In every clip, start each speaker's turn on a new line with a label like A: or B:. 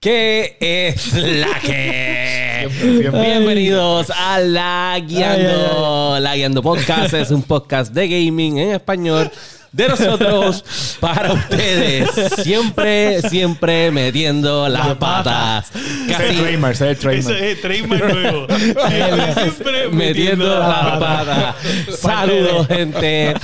A: ¿Qué es la que?
B: siempre.
A: Bienvenidos a La Guiando. La Guiando Podcast es un podcast de gaming en español de nosotros para ustedes. Siempre, siempre metiendo las patas.
B: Ese es el
A: Casi
B: trademark, ese es el
C: Eso
D: Eh,
B: trademark.
C: es trademark nuevo. Siempre
A: metiendo las patas. Saludos, gente.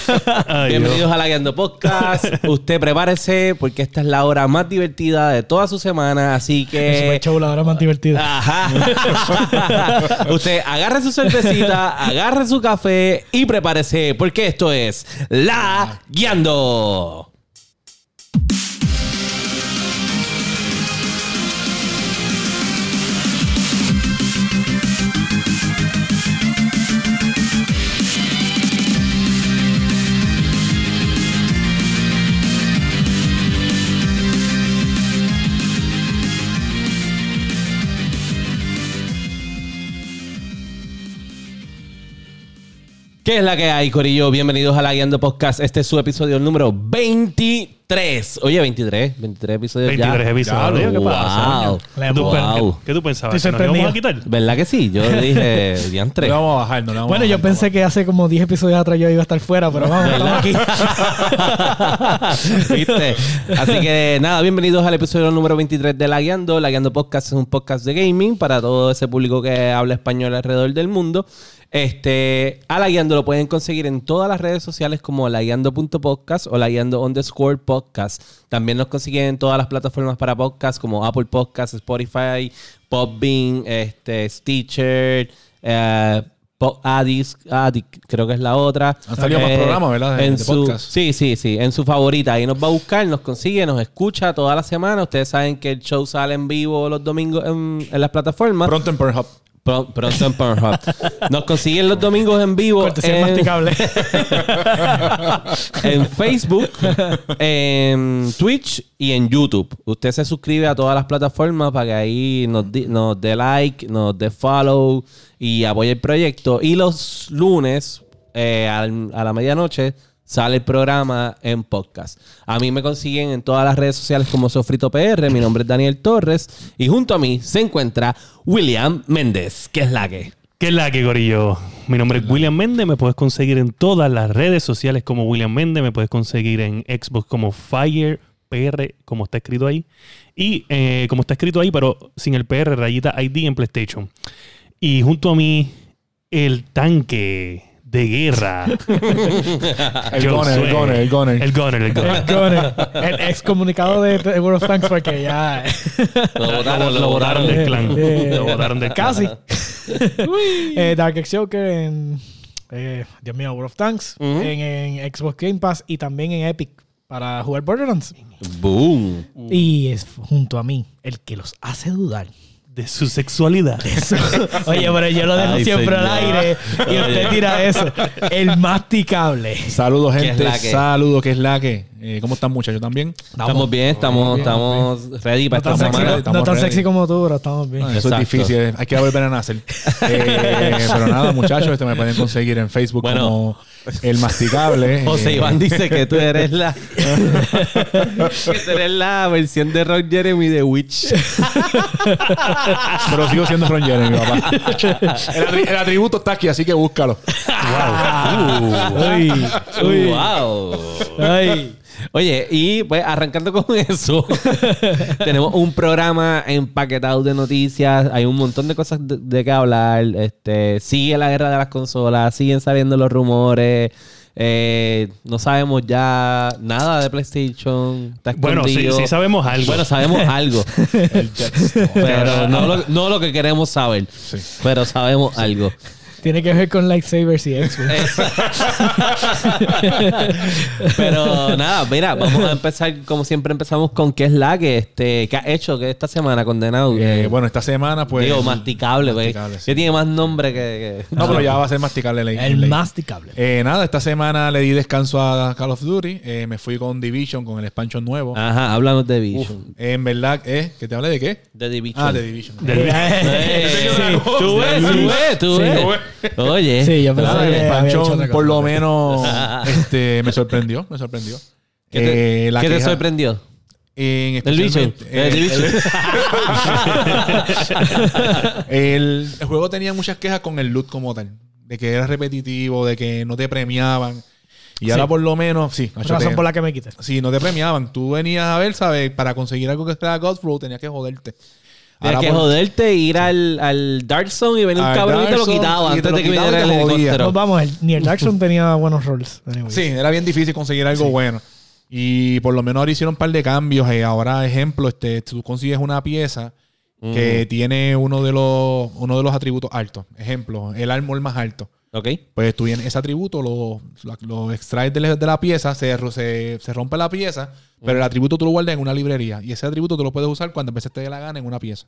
C: Ay,
A: Bienvenidos a La Guiando Podcast. Usted prepárese porque esta es la hora más divertida de toda su semana. Así
D: El
A: que.
D: Super Show, la hora más
B: Ah,
D: divertida.
A: Ajá. Usted agarre su cervecita, agarre su café y prepárese, porque esto es La Guiando. ¿Qué es la que hay, Corillo? Bienvenidos a La Guiando Podcast. Este es su episodio número 23. Oye, 23. 23 episodios
C: 23
A: ya.
C: episodios.
A: Diablo,
C: ¿Qué pasa?
A: wow.
C: ¿Qué tú,
A: Wow.
C: ¿Qué tú pensabas?
D: Estoy
C: ¿Que nos íbamos a
D: sorprendido.
C: quitar?
A: ¿Verdad que sí? Yo dije,
B: No
A: diantre.
B: le vamos a bajar, no le vamos
D: Bueno,
B: a
D: yo
B: bajar,
D: pensé que hace como 10 episodios atrás yo iba a estar fuera, pero vamos, estamos aquí.
A: ¿Viste? Así que nada, bienvenidos al episodio número 23 de La Guiando. La Guiando Podcast es un podcast de gaming para todo ese público que habla español alrededor del mundo. Este, a La Guiando lo pueden conseguir en todas las redes sociales como laguiando.podcast o laguiando underscore podcast. También nos consiguen en todas las plataformas para podcast como Apple Podcast, Spotify, Podbean, este, Stitcher, eh, Po- Addict, Addict, creo que es la otra.
B: Han salido más programas, ¿verdad? De-
A: Eh, en
B: de
A: su-
B: podcast.
A: Sí, sí, sí. En su favorita. Ahí nos va a buscar, nos consigue, nos escucha toda la semana. Ustedes saben que el show sale en vivo los domingos en, en las plataformas.
B: Pronto en Pornhub.
A: Pro- pronto en Pornhub. Nos consiguen los domingos en vivo
B: Eh,
D: Cortesía
A: en,
D: masticable.
A: en Facebook, en Twitch y en YouTube. Usted se suscribe a todas las plataformas para que ahí nos, di- nos dé like, nos dé follow y apoye el proyecto. Y los lunes eh, al- a la medianoche sale el programa en podcast. A mí me consiguen en todas las redes sociales como Sofrito PR. Mi nombre es Daniel Torres y junto a mí se encuentra William Méndez, que es la que.
C: ¿Qué es la que, Gorillo? Mi nombre es William Méndez. Me puedes conseguir en todas las redes sociales como William Méndez. Me puedes conseguir en Xbox como Fire PR, como está escrito ahí. Y eh, como está escrito ahí, pero sin el PR, rayita ID en PlayStation. Y junto a mí, el tanque de guerra.
B: El
C: Yo
B: goner,
C: soy-
B: el goner, el goner.
C: El Gunner, el Gunner.
D: El goner, el excomunicado de de World of Tanks porque ya...
A: Lo
C: Lo- lo votaron del clan.
D: Eh,
C: Lo votaron del clan.
D: Casi. Eh, Dark Ex Joker en... eh, Dios mío, World of Tanks.
A: Ujú.
D: en, en Xbox Game Pass y también en Epic para jugar Borderlands.
A: Boom.
D: Y es junto a mí el que los hace dudar.
C: De su sexualidad.
D: Eso. Oye, pero yo lo dejo
A: Ay,
D: siempre al
A: señor.
D: aire y usted tira eso. El masticable.
B: Saludos,
A: ¿Qué es
B: gente.
A: la que?
B: Saludos, que es la que. Eh, ¿Cómo están, muchachos? ¿También?
A: Estamos bien, estamos, estamos ready para
D: No
A: esta
D: tan
B: Estamos
D: sexy,
A: semana.
B: ready.
D: no- no tan
B: ready.
D: sexy como tú, pero estamos bien.
B: Ah, eso
A: Exacto.
B: es difícil. eh. Hay que volver a nacer. Eh, pero nada, muchachos, este me pueden conseguir en Facebook
A: Bueno.
B: como El Masticable. eh,
A: José Iván dice que tú eres la que tú eres la versión de Ron Jeremy de Witch.
B: Pero sigo siendo Ron Jeremy, papá. El, atri- el atributo está aquí, así que búscalo.
D: Uy, uy,
A: Wow.
D: ay.
A: Oye, y pues arrancando con eso, tenemos un programa empaquetado de noticias, hay un montón de cosas de, de que hablar, este, sigue la guerra de las consolas, siguen saliendo los rumores, eh, no sabemos ya nada de PlayStation, está
C: Bueno, sí,
A: escondido.
C: sí sabemos algo.
A: Bueno, sabemos algo. pero no lo, no lo que queremos saber. Pero sabemos algo.
D: Tiene que ver con lightsabers y Xbox.
A: pero nada, mira, vamos a empezar como siempre empezamos con qué es la que este que ha hecho que esta semana condenado.
B: Eh, bueno, esta semana, pues.
A: Digo, masticable, güey.
B: masticable, sí.
A: Que tiene más nombre que. que-
B: No, pero ya va a ser masticable la
D: El masticable.
B: Eh, nada, esta semana le di descanso a Call of Duty. Eh, me fui con Division, con el expansion nuevo.
A: Ajá, háblanos de Division.
B: Eh, en verdad, eh, ¿que te hable de qué?
A: De Division.
B: Ah, de Division.
C: Del-
A: Eh,
D: Sí.
A: Tú ves, tú ves, tú
D: Sí.
A: ves. Oye.
D: Sí, yo
B: Nada,
D: pensaba
B: Ah, el
D: que había hecho otra
B: expansion,
D: cosa.
B: por lo menos, este, me sorprendió, me sorprendió.
A: ¿Qué te,
B: Eh, la
A: qué te
B: queja-
A: sorprendió?
B: En
A: El bicho.
B: especialmente-
A: Eh, el bicho.
B: El, el juego tenía muchas quejas con el loot como tal. De que era repetitivo, de que no te premiaban. Y ahora por lo menos, sí. macho,
D: Razón
B: te-
D: por la que me quité.
B: Sí, no te premiaban. Tú venías a ver, ¿sabes? Para conseguir algo que sea Godfrey tenías que joderte.
A: Tienes
B: Ahora
A: que
B: por-
A: joderte, ir al, al Dark Zone y venir un
B: Al
A: cabrón y te lo
B: Dark Zone
A: quitaba
B: y te
A: antes
B: lo
A: de que
B: quitaba y
A: viniera el
B: te jodía.
A: helicóptero.
D: Pero vamos, el- ni el Jackson tenía buenos rolls. anyway.
B: Sí, era bien difícil conseguir algo bueno. Y por lo menos ahora hicieron un par de cambios. eh. Ahora, ejemplo, este, tú consigues una pieza que tiene uno de los uno de los atributos altos. Ejemplo, el armor más alto.
A: Ok.
B: Pues tú tienes ese atributo, lo, lo- lo extraes de la, de la pieza, se, ro- se- se rompe la pieza, pero el atributo tú lo guardas en una librería. Y ese atributo tú lo puedes usar cuando veces te dé la gana en una pieza.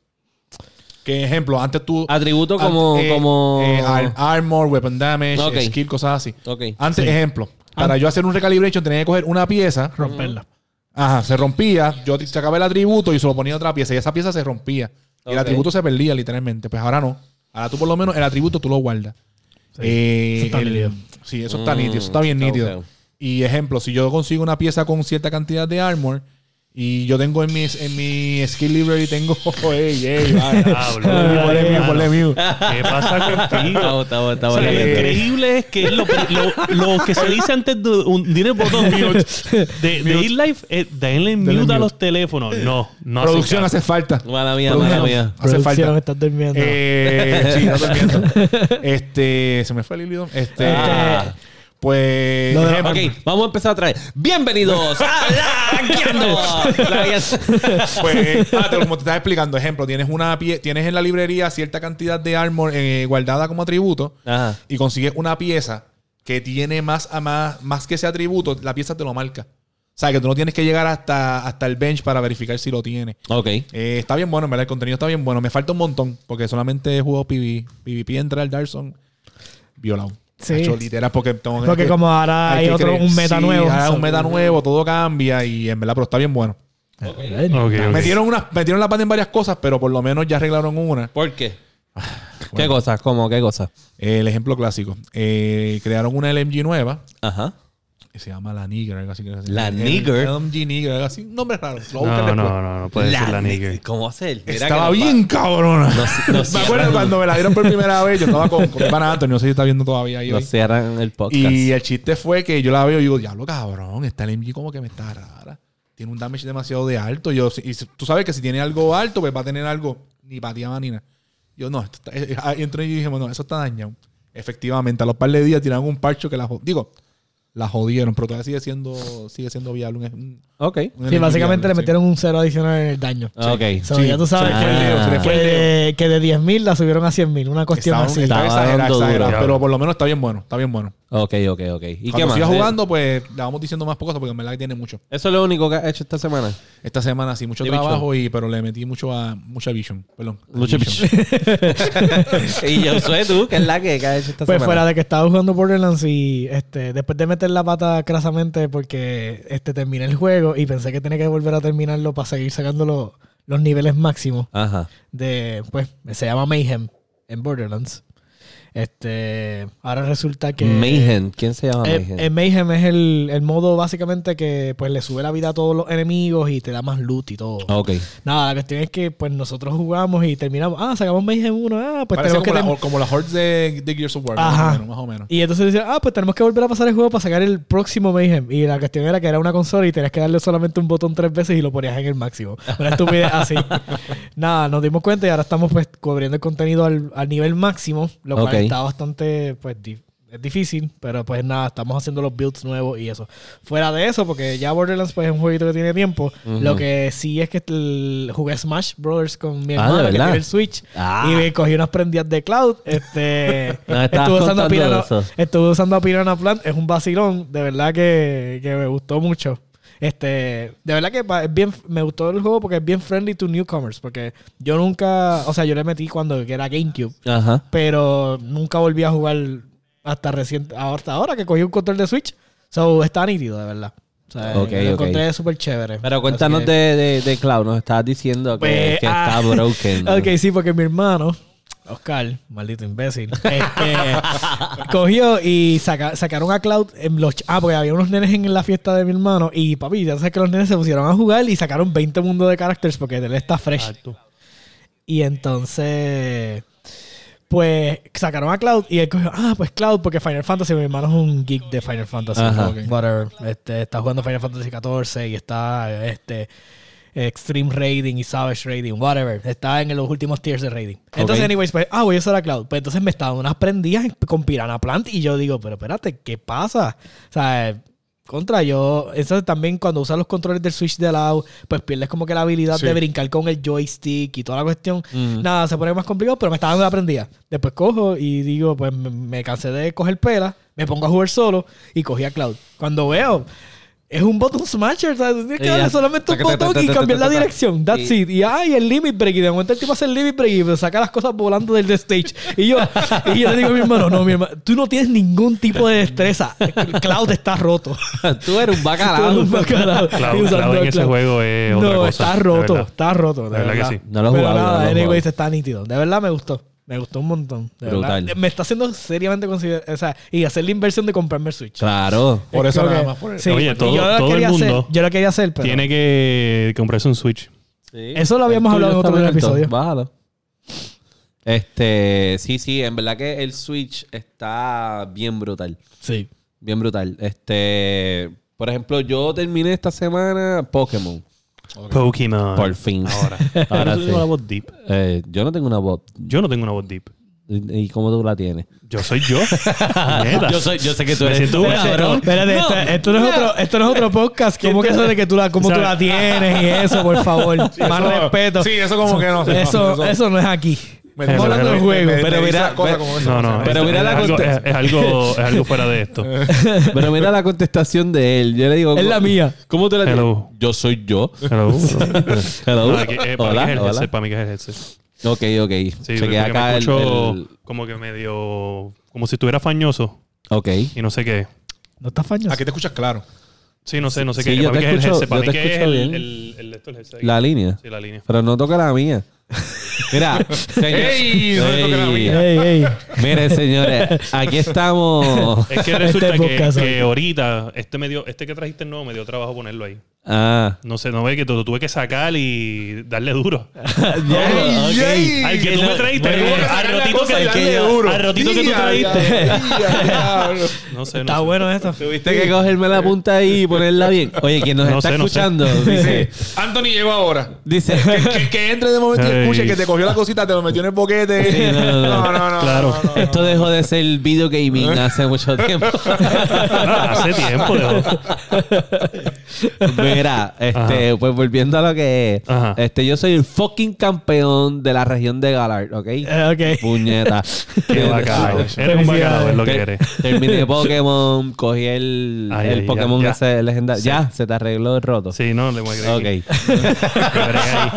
B: Que ejemplo, antes tú...
A: Atributo
B: an-
A: como.
B: eh,
A: como...
B: eh, ar- armor, weapon damage,
A: Ok.
B: skill, cosas así.
A: ok.
B: Antes,
D: Sí.
B: ejemplo, para yo hacer un recalibration tenía que coger una pieza,
D: Romperla.
B: ajá, se rompía, yo t- sacaba el atributo y se lo ponía a otra pieza y esa pieza se rompía. Y el
A: Ok.
B: atributo se perdía literalmente. Pues ahora no. Ahora tú por lo menos el atributo tú lo guardas. Eh,
D: Eso está
B: el-
D: nítido.
B: Sí, eso está
A: Mm,
B: nítido, eso está bien
A: está
B: nítido.
A: ok.
B: Y ejemplo, si yo consigo una pieza con cierta cantidad de armor y yo tengo en mi, en mi skill library tengo... ¡Ey, ey! vaya.
C: Diablo,
B: Ponle mute, ponle mute,
C: hermano.
B: ponle mute.
C: Ah, ¿Qué pasa
A: Estamos,
C: contigo?
A: estamos,
C: O
A: estamos
C: sea, lo
B: Eh,
A: calientes.
C: increíble es que es lo, lo- lo que se dice antes de hundir el botón mute de, de ir live es darle mute,
B: mute.
C: a los teléfonos. No, no hace
B: Producción
C: caso.
B: hace falta.
A: Mala mía,
B: Producción
A: mala mía.
B: Hace falta.
D: Producción, estás durmiendo.
B: Eh, sí, no te miento. Este, se me fue el hilo. Este,
A: Ah.
B: pues.
D: Lo de la-
B: ejemplo,
A: Ok, vamos a empezar otra vez. Bienvenidos a la Guiando. La Guiando.
B: pues, ah, te- como te estaba explicando, ejemplo, tienes una pie- tienes en la librería cierta cantidad de armor eh, guardada como atributo
D: Ah.
A: Ajá.
B: y consigues una pieza que tiene más a más, más que ese atributo, la pieza te lo marca. O sea, que tú no tienes que llegar hasta, hasta el bench para verificar si lo tiene.
A: Ok.
B: Eh, está bien bueno, en ¿verdad? El contenido está bien bueno. Me falta un montón porque solamente he jugado PvP. PvP entra el Dark Zone violado.
D: Sí.
B: Hecho literal porque tengo que-
D: Porque como ahora hay,
B: que
D: otro,
B: creer.
D: un meta
B: Sí,
D: nuevo.
B: ahora un meta nuevo, todo cambia y en verdad, pero está bien bueno.
D: Ah,
C: Ok,
D: eh,
C: ok.
B: Metieron, unas, metieron la pata en varias cosas, pero por lo menos ya arreglaron una.
A: ¿Por qué? ¿Qué cosas? ¿Cómo? ¿Qué cosas?
B: El ejemplo clásico. Eh, crearon una LMG nueva
A: Ajá.
B: que se llama la Nigger, algo así. que se
A: La
B: llama.
A: Nigger.
B: LMG Nigger, algo así. Nombre raro. se lo voy a
A: pues.
B: buscar
C: No,
B: después.
C: no, no, no puede ser la nigger.
A: ¿Cómo hacer? Mira
B: Estaba
A: que nos va-
B: bien cabrona.
A: Nos, nos
B: Me acuerdo
A: cierran-
B: cuando me la dieron por primera vez, yo estaba con, con mi pana Anthony, no sé si está viendo todavía ahí
A: nos
B: hoy.
A: cierran el podcast.
B: Y eh, el chiste fue que yo la veo y digo, diablo cabrón, esta LMG como que me está rara. Tiene un damage demasiado de alto. Yo, y si- tú sabes que si tiene algo alto, pues va a tener algo ni patía ni nada. Yo no, esto está- eh, eh, ahí entré y dije, bueno, eso está dañado. Efectivamente, a los par de días tiraron un parcho que la jod- digo, la jodieron, pero todavía sigue siendo, sigue siendo viable. un-
A: Ok.
B: un-
D: Sí,
B: un
D: básicamente
B: viable,
D: le
B: sí.
D: metieron un cero adicional en el daño.
A: Ok.
D: So,
B: Sí,
D: ya tú sabes
A: se le fue el dedo, se le
D: que,
B: fue el
D: que de, que de 10.000 la subieron a 100.000. Una cuestión
B: Está,
D: así.
B: está
A: Estaba
B: exagerado,
A: dando duro.
B: exagerado, pero por lo menos está bien bueno, está bien bueno.
A: Ok, ok, ok. ¿Y qué
B: Cuando
A: más?
B: siga jugando, pues le vamos diciendo más cosas porque en verdad que tiene mucho.
A: Eso es lo único que ha hecho esta semana.
B: Esta semana sí, mucho
A: De
B: trabajo, y, pero le metí mucho a mucha vision. Perdón. a
A: Mucho
B: vision.
A: y yo soy tú, que es la que, que ha hecho esta
D: Pues
A: semana.
D: fuera de que estaba jugando Borderlands y este, después de meter la pata crasamente porque este, terminé el juego y pensé que tenía que volver a terminarlo para seguir sacando los- los niveles máximos
A: Ajá.
D: de, pues, se llama Mayhem en Borderlands. Este, ahora resulta que...
A: Mayhem. ¿Quién se llama
D: Eh,
A: Mayhem?
D: eh, Mayhem es el, el modo básicamente que pues le sube la vida a todos los enemigos y te da más loot y todo.
A: ok.
D: Nada, la cuestión es que pues nosotros jugamos y terminamos, ah, sacamos Mayhem 1, ah, pues
B: Parece
D: tenemos
B: como,
D: que...
B: la-
D: term-
B: como las hordes de, de Gears of War,
D: Ajá.
B: más o menos. Más o menos.
D: Y entonces dice, ah, pues tenemos que volver a pasar el juego para sacar el próximo Mayhem. Y la cuestión era que era una consola y tenías que darle solamente un botón tres veces y lo ponías en el máximo. Una estupidez así. Nada, nos dimos cuenta y ahora estamos pues cubriendo el contenido al, al nivel máximo, lo cual
A: Ok.
D: está bastante pues di- es difícil, pero pues nada, estamos haciendo los builds nuevos y eso. Fuera de eso, porque ya Borderlands pues es un jueguito que tiene tiempo,
A: Ujú.
D: lo que sí es que el- jugué Smash Brothers con
A: Ah, ¿de
D: mi hermano que
A: verdad?
D: tiene el Switch
A: Ah.
D: y me cogí unas prendidas de cloud. Este,
A: No, estabas
D: estuve, usando
A: contando
D: a Pirana,
A: eso.
D: estuve usando a Pirana Plant. Es un vacilón. De verdad que, que me gustó mucho. Este, de verdad que pa- es bien, me gustó el juego porque es bien friendly to newcomers. Porque yo nunca, o sea, yo le metí cuando era GameCube,
A: Ajá.
D: pero nunca volví a jugar hasta reciente, hasta ahora que cogí un control de Switch. So, está nítido, de verdad. O sea,
A: Ok,
D: lo
A: ok.
D: encontré súper chévere.
A: Pero cuéntanos
D: Así que-
A: de, de, de Cloud. Nos estabas diciendo que,
D: Pues,
A: que
D: ah,
A: está broken.
D: Ok, sí, porque mi hermano Oscar, maldito imbécil, este, cogió y saca- sacaron a Cloud en los... ch- Ah, porque había unos nenes en la fiesta de mi hermano y papi, ya sabes que los nenes se pusieron a jugar y sacaron 20 mundos de characters porque él está fresh.
C: Exacto.
D: Y entonces, pues sacaron a Cloud y él cogió, ah, pues Cloud, porque Final Fantasy, mi hermano es un geek de Final Fantasy.
A: Ajá.
D: Ok. Whatever. Este, está jugando Final Fantasy XIV y está este, Extreme Raiding y Savage Raiding, whatever. Está en los últimos tiers de Raiding.
A: Ok.
D: Entonces, anyways, pues, ah, voy a usar a Cloud. Pues entonces me estaba unas prendidas con Piranha Plant y yo digo, pero espérate, ¿qué pasa? O sea, eh, contra yo, entonces también cuando usas los controles del Switch de lado, pues pierdes como que la habilidad
B: Sí.
D: de brincar con el joystick y toda la cuestión.
A: Mm.
D: Nada, se pone más complicado, pero me estaba dando la prendida. Después cojo y digo, pues me, me cansé de coger pela, me pongo a jugar solo y cogí a Cloud. Cuando veo, es un button smasher, ¿sabes? Tienes que
A: Y ya.
D: darle solamente un
A: Taca, taca,
D: botón y
A: taca,
D: cambiar la
A: taca, taca.
D: dirección. That's
A: Y-
D: it. Y ay, el limit break. Y de momento el tipo hace el limit break y me saca las cosas volando del stage. Y yo, y yo le digo a mi hermano, no, mi hermano, tú no tienes ningún tipo de destreza. Cloud está roto.
A: Tú eres un
D: Tú eres
A: bacalao.
D: un bacalao.
C: Cloud-
D: Y usando
C: Cloud en
D: a
C: ese juego es
D: No,
C: otra cosa,
D: está
C: de
D: roto,
C: verdad.
D: está roto. De,
C: De verdad
D: verdad
C: que sí.
A: No lo he
D: Pero
A: jugado,
D: nada,
A: no lo he
D: anyways,
A: jugado.
D: está nítido. De verdad me gustó. Me gustó un montón. De
A: Brutal.
D: verdad. Me está haciendo seriamente considerar. O sea, y hacer la inversión de comprarme el Switch.
A: Claro.
B: Por
D: Es
B: eso
D: como
B: nada
D: que-
B: más, por el-
D: sí,
C: Oye,
D: y
C: todo-
D: yo lo
C: todo el
D: quería hacer,
C: mundo
D: yo lo quería hacer, pero.
C: Tiene que comprarse un Switch.
D: Eso lo habíamos
A: El tuyo
D: hablado
A: está
D: en otro
A: abierto.
D: episodio.
A: Bájalo. Este, sí, sí, en verdad que el Switch está bien brutal.
D: Sí.
A: Bien brutal. Este, por ejemplo, yo terminé esta semana Pokémon.
C: Pokémon.
A: Por fin. Ahora.
C: Ah, Ahora
A: sí.
C: tengo la voz deep.
A: Eh, yo no tengo una voz.
C: Yo no tengo una voz deep.
A: ¿Y y cómo tú la tienes?
C: Yo soy yo. Neta.
A: Yo soy- yo sé que tú
C: Me
A: eres-
C: siento un
A: Espérate,
C: cabrón.
D: Espérate,
A: No,
D: esto, esto no es
A: mira.
D: otro, esto no es otro podcast. ¿Cómo que eso de que tú la, cómo tú la tienes y eso, por favor? Más
B: eso-
D: respeto.
B: sí, eso como que no, sí, no,
D: Eso,
B: eso-
D: eso no es aquí. Estamos
C: Eso-
D: hablando del
C: eso-
D: juego.
B: me- me-
A: Pero
B: me dice
A: mira,
B: cosas
A: pero-
B: como
C: No,
B: esas.
C: no.
A: Pero
C: es-
A: mira la Eh.
C: es algo, es,
A: contesta-
C: es algo, es algo fuera de esto.
A: Pero mira la contestación de él. Yo le digo.
D: Es la
A: ¿cómo-
D: mía.
A: ¿Cómo tú la tienes?
C: Hello.
A: Yo soy yo.
C: Hello.
A: Hello.
C: No, aquí, eh, para mí que es el headset, para mí que es el headset.
A: Ok, ok.
C: Sí,
A: Chequea
C: porque me
A: acá el-
C: escucho
A: el-
C: como que medio... Como si estuviera fañoso
A: Ok.
C: y no sé qué.
D: No estás fañoso.
B: Aquí te escuchas claro.
C: Sí, no sé, no sé
A: Sí,
C: qué.
A: yo
C: para mí
A: te
C: que es el
A: escucho-
C: headset. Para
A: yo
C: mí
A: te
C: que es
A: escucho
C: el,
A: bien.
C: el, el- esto, el headset.
A: La línea.
C: Sí, la línea.
A: Pero no toca la mía. Mira, señor-
B: ¡Ey! No le toca la
A: Ey.
B: mía.
D: Ey, ey.
A: Mire, señores, aquí estamos.
C: Es que resulta
D: Este
C: que,
D: podcast
C: que
D: hoy.
C: ahorita, este, me dio- este que trajiste nuevo me dio trabajo ponerlo ahí.
A: Ah.
C: No sé, no ve que te lo tuve que sacar y darle duro.
A: Ya, ok.
B: ey!
C: Al que tú me trajiste,
A: Bueno,
C: eh, al rotito que, que- al rotito que tú trajiste. No sé, no
D: Está
C: sé.
D: bueno esto.
A: Tuviste que cogerme la punta ahí y ponerla bien. Oye, quien nos
C: No
A: está
C: sé, no sé.
A: escuchando dice,
B: Anthony llegó ahora.
A: dice,
B: Que, que entre de momento y
C: Ey.
B: escuche que te cogió la cosita, te lo metió en el boquete.
A: Sí, no, no, no.
C: Claro.
B: no, no, no.
A: esto dejó de ser video gaming hace mucho tiempo.
C: Ah, hace tiempo, dejó.
A: Mira, este, pues volviendo a lo que es,
C: Ajá.
A: este, yo soy el fucking campeón de la región de Galar, ¿ok?
D: Eh, ok.
A: Puñeta.
C: Qué bacalao. Eres un bacalao, es lo que
A: Ter-
C: eres.
A: Terminé Pokémon, cogí el,
C: Ay,
A: el
C: ay,
A: Pokémon
C: ya, ya.
A: ese legendario. Ya, se te arregló el roto.
C: Sí, no, le voy a creer.
A: Ok.
C: Le veré ahí.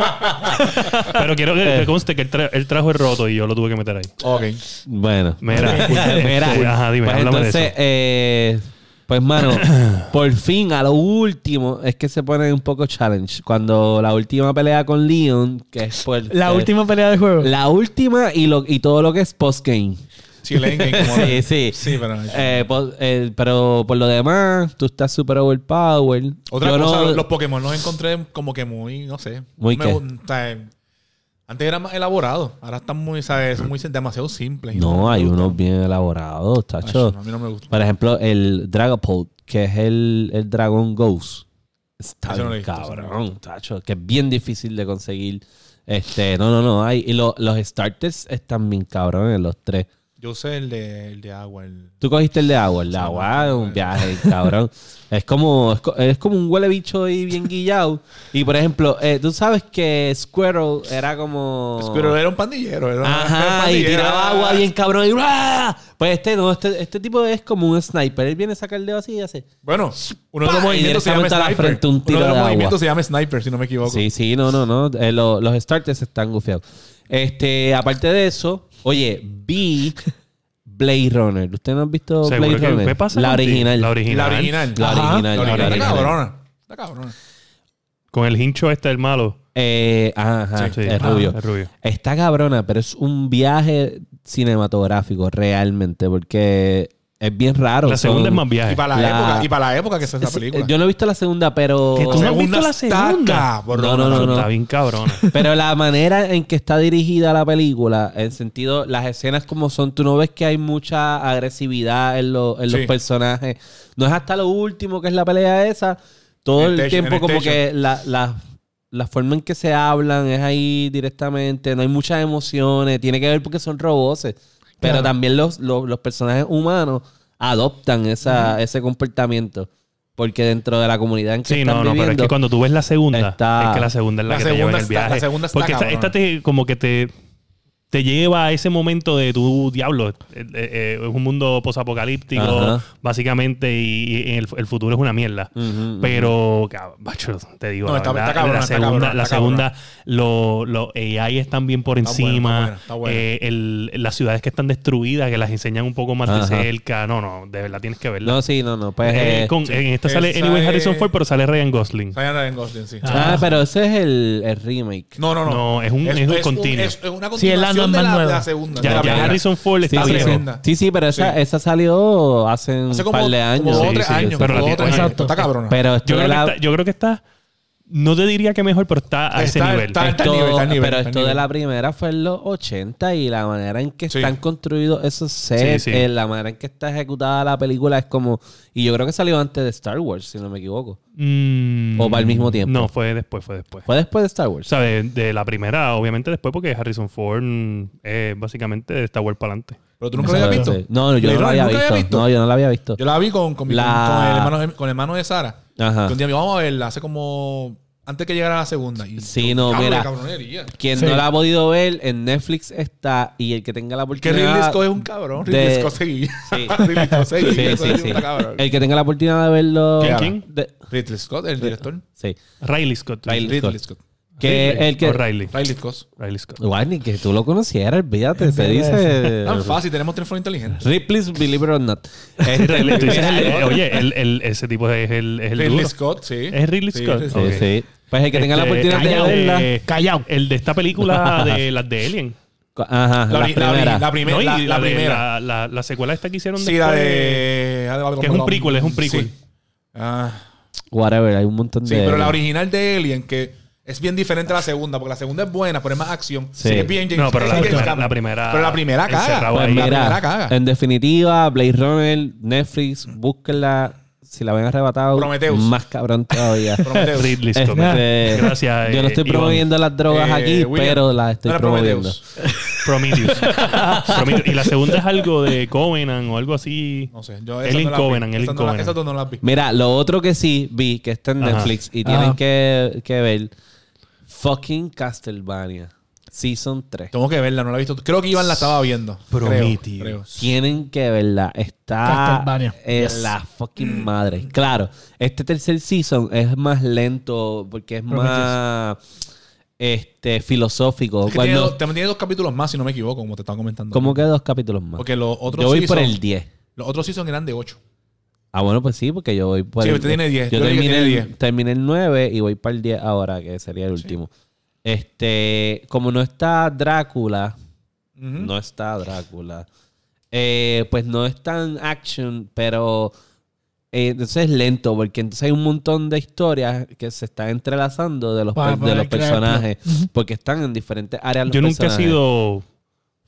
C: Pero quiero que, que conste que él, tra- él trajo el roto y yo lo tuve que meter ahí.
B: Ok.
A: Bueno.
C: Mira, este,
A: Mira.
C: ajá, dime,
A: pues
C: háblame de
A: entonces,
C: eso.
A: eh, pues mano, por fin, a lo último, es que se pone un poco challenge. Cuando la última pelea con Leon, que es por...
D: La
A: eh,
D: última pelea del juego.
A: La última y, lo, y todo lo que es postgame.
B: Chilengue. ¿eh? como-
A: Sí, sí.
B: Sí, pero...
A: Eh, po- eh, pero por lo demás, tú estás super overpowered.
B: Otra
A: Yo no-
B: cosa, los Pokémon los encontré como que muy, no sé.
A: Muy
B: me
A: qué.
B: gu- o sea, antes eran más elaborados. Ahora están muy, ¿sabes? Muy, demasiado simples.
A: No, hay
B: uno
A: unos bien elaborados, tacho.
B: A mí no me gusta.
A: Por ejemplo, el Dragapult, que es el, el Dragon Ghost. Está
B: Ese no lo he
A: bien
B: visto, ese no
A: cabrón, tacho. Que es bien difícil de conseguir. Este, no, no, no. Hay, y lo- los starters están bien cabrones, los tres.
B: Yo usé el de, el de agua. El...
A: Tú cogiste el de agua. El de agua es un viaje, cabrón. Es como, es, co- es como un huele bicho ahí bien guillado. Y por ejemplo, eh, tú sabes que Squirrel era como.
B: Pero era un pandillero. Era era un
A: Ajá, y
B: pandillero.
A: tiraba agua bien cabrón. Y ¡ruah! Pues este no, este, este tipo es como un sniper. Él viene a sacar el dedo así y hace.
B: Bueno, uno de los
A: ¡Pah!
B: movimientos se llama
A: Directamente a la
B: sniper.
A: frente, un tiro
B: uno de los
A: de agua.
B: movimientos se llama sniper, si no me equivoco.
A: Sí, sí, no, no, no. Eh, lo- los starters están gufiados. Este, aparte de eso, oye, vi Blade Runner. ¿Ustedes no han visto
C: Seguro
A: Blade
C: que-
A: Runner?
C: ¿qué pasa
A: la
C: contigo?
A: original.
C: La
B: La
C: original.
B: original.
A: La
D: Ajá.
A: original.
B: La
A: la
B: original. Está
A: original.
B: cabrona. Está cabrona.
C: Con el hincho este, el malo.
A: Eh, ajá,
C: Sí,
A: es
C: ah,
A: rubio.
C: es rubio.
A: Está cabrona, pero es un viaje cinematográfico realmente, porque es bien raro.
C: La segunda
A: Son-
C: es más viaje.
B: Y para la,
A: La-
B: época, y para la época que es esa
A: Sí, eh,
B: película.
A: Yo no he visto la segunda, pero.
C: Que tú no has visto la
B: está
C: segunda.
B: cabrona.
A: No, no, no.
C: Está bien cabrona.
A: Pero la manera en que está dirigida la película, en sentido, las escenas como son, tú no ves que hay mucha agresividad en, lo- en
B: Sí.
A: los personajes. No es hasta lo último que es la pelea esa. Todo
B: En
A: el
B: techo, en
A: tiempo
B: el
A: como
B: techo.
A: que la, la- la forma en que se hablan es ahí directamente. No hay muchas emociones. Tiene que ver porque son robots. Pero
D: Claro.
A: también los, los, los personajes humanos adoptan esa, ese comportamiento. Porque dentro de la comunidad en que
C: Sí,
A: están
C: no, no, pero es
A: viviendo-
C: que cuando tú ves la segunda,
A: está-
C: es que la segunda es la,
B: La
C: que te lleva en
B: segunda
C: el
B: está-
C: viaje.
B: la segunda está
C: Porque esta,
B: cabrona.
C: esta te, como que te, te lleva a ese momento de tu diablo. eh, eh, eh, es un mundo posapocalíptico,
A: Ajá.
C: básicamente, y, y el, el futuro es una mierda.
A: Ujú,
C: Pues,
A: ujú.
C: Pero, cab- macho, te digo,
B: No,
C: la,
B: está-
C: verdad,
B: está cabrona,
C: la
B: está
C: segunda,
B: cabrona,
C: la
B: está
C: segunda, los lo AI están bien por
B: Está bueno,
C: encima,
B: está bueno, está
C: eh, el- las ciudades que están destruidas, que las enseñan un poco más
A: Ajá.
C: de cerca. No, no, de verdad tienes que verla.
A: No, sí, no, no. Pues,
C: Eh,
A: eh,
C: con- En esta sale
B: Esa
C: Anyway Harrison
B: es-
C: Ford, pero sale Ryan Gosling.
B: Ryan Ryan Gosling, sí.
A: Ah, pero ese es el, el remake.
B: No, no, no.
C: No, es un- es un continuo.
B: es, es una
D: Sí, es la
B: continuación de,
D: más
B: la, de
D: nueva.
B: la segunda.
C: Ya,
B: de la
C: ya
B: primera.
C: Harrison Ford está
A: sí,
B: la
C: preso.
A: sí,
B: segunda.
A: sí, sí, pero esa,
B: Sí.
A: esa salió hace un
B: Hace
A: par
B: como,
A: de
B: como
A: años.
B: dos o
C: Sí,
B: tres
C: sí,
B: años.
C: pero la
B: como dos o tres
C: tiene-
B: años.
D: Exacto.
B: Está cabrona.
A: Pero esto
C: Yo creo,
A: de la,
C: que está, yo creo que está. No te diría que mejor, pero está a ese
B: Está-
C: nivel.
B: está- está-
A: esto-
B: nivel, está nivel,
A: pero
B: está
A: esto de
B: nivel.
A: la primera fue en los 80 y la manera en que
B: Sí.
A: están construidos esos sets,
C: Sí, sí.
A: eh, la manera en que está ejecutada la película es como... Y yo creo que salió antes de Star Wars, si no me equivoco.
C: Mm,
A: O va al mismo tiempo.
C: No, fue después, fue después.
A: Fue después de Star Wars.
C: ¿Sabes? De la primera, obviamente después, porque Harrison Ford mm, es básicamente de Star Wars para adelante.
B: Pero tú nunca la habías visto.
A: No, no, yo no
B: Leroy,
A: la había
B: ¿nunca
A: visto. No, yo no la había visto.
B: Yo la vi con, con, mi-
A: La- Ah.
B: con, el hermano, de- con el hermano de Sara.
A: Ajá.
B: Que un día me dijo, vamos a verla. Hace como... Antes que llegara la segunda. Y
A: Sí,
B: yo,
A: no,
B: "Diablo,
A: mira.
B: qué cabronería".
A: Quien
D: Sí.
A: no la ha podido ver, en Netflix está. Y el que tenga la
B: Que
A: oportunidad...
B: Ridley Scott es un cabrón.
A: de-
B: Ridley Scott seguía.
A: Sí.
B: Ridley Scott seguía.
A: Sí, sí, sí.
B: Está cabrón.
A: El que tenga la oportunidad de verlo.
C: ¿Quién, quién?
A: De-
B: Ridley Scott, el director.
A: sí.
C: Riley Scott. tú dices.
A: Riley
B: Ridley
A: Scott.
B: Scott.
A: Que
C: Ridley
A: el que.
C: o Riley.
B: Riley Scott.
C: Riley Scott.
A: Guay, ni que tú lo conocieras, olvídate. Se dice.
B: Tan fácil, tenemos teléfono inteligente.
A: Ripley's Believe it or Not. Este,
C: Riley, tú dices el- eh, oye, el- el- ese tipo es el, es el
B: Ridley
C: duro.
B: Scott, sí.
C: ¿Es Ridley
B: Sí,
C: Scott?
B: Ridley
A: Sí,
C: Ok.
A: sí. Pues el que tenga la
C: Este,
A: oportunidad
C: callao,
A: de verla.
C: eh,
D: Callao.
C: El de esta película de las de Alien.
A: Ajá, la,
B: La, ori- la, ori-
A: primera.
B: la primer-
C: No, y
B: la- la
C: de-
B: primera.
C: La, la- la secuela esta que hicieron
B: Sí, la
C: después.
B: de...
C: Que es un prequel, es un prequel.
B: Sí. Ah,
A: Whatever, hay un montón
B: Sí,
A: de.
B: pero la original de Alien, que es bien diferente a la segunda, porque la segunda es buena, pero es más acción.
A: Sí.
B: Sí. es bien
C: No, pero la
B: es bien
C: primera-
B: Cameron.
C: la primera-
B: Pero la primera caga.
C: encerrado
A: Pues
C: ahí.
B: la
A: mira,
B: primera caga.
A: en definitiva, Blade Runner, Netflix, búsquenla. Si la ven arrebatado,
B: Prometheus.
A: más cabrón todavía.
B: Prometheus.
C: Ridley Scott.
A: Este,
C: Gracias.
A: Yo no
C: eh,
A: estoy
C: Iván.
A: promoviendo las drogas
B: Eh,
A: aquí,
B: William,
A: pero las estoy
B: no era
A: promoviendo.
B: Prometheus.
C: Prometheus. Prometheus. Y la segunda es algo de Covenant o algo así.
B: No sé. Yo
C: Alien Covenant, Alien
B: Esa no la-
C: Covenant.
B: esas dos no las vi.
A: Mira, lo otro que sí vi que está en
C: Ajá.
A: Netflix y
D: Ajá.
A: tienen que, que ver: Fucking Castlevania, Season 3.
B: Tengo que verla, no la he visto. Creo que Iván la estaba viendo. Creo,
C: Prometheus.
B: creo.
A: Tienen que verla. Está
D: Castlevania.
A: en la fucking madre. Claro, este tercer season es más lento porque es
D: Prometheus.
A: más este filosófico.
B: Es que tiene,
A: Cuando,
B: dos, también tiene dos capítulos más, si no me equivoco, como te estaba comentando.
A: ¿Cómo que dos capítulos más?
B: Porque los otros
A: Yo voy por
B: season-
A: el 10.
B: Los otros season eran de 8.
A: Ah, bueno, pues sí, porque yo voy por
B: Sí,
A: el
B: usted tiene 10.
A: Yo,
B: Yo leí que
A: terminé,
B: tiene
A: el,
B: 10.
A: terminé el 9 y voy para el 10 ahora, que sería el último. Este, como no está Drácula, no está Drácula, eh, pues no es tan action, pero eh, entonces es lento, porque entonces hay un montón de historias que se están entrelazando de los,
D: Para
A: per- de
D: poder
A: los
D: crear
A: personajes, porque están en diferentes áreas. los
C: Yo nunca he
A: personajes.
C: sido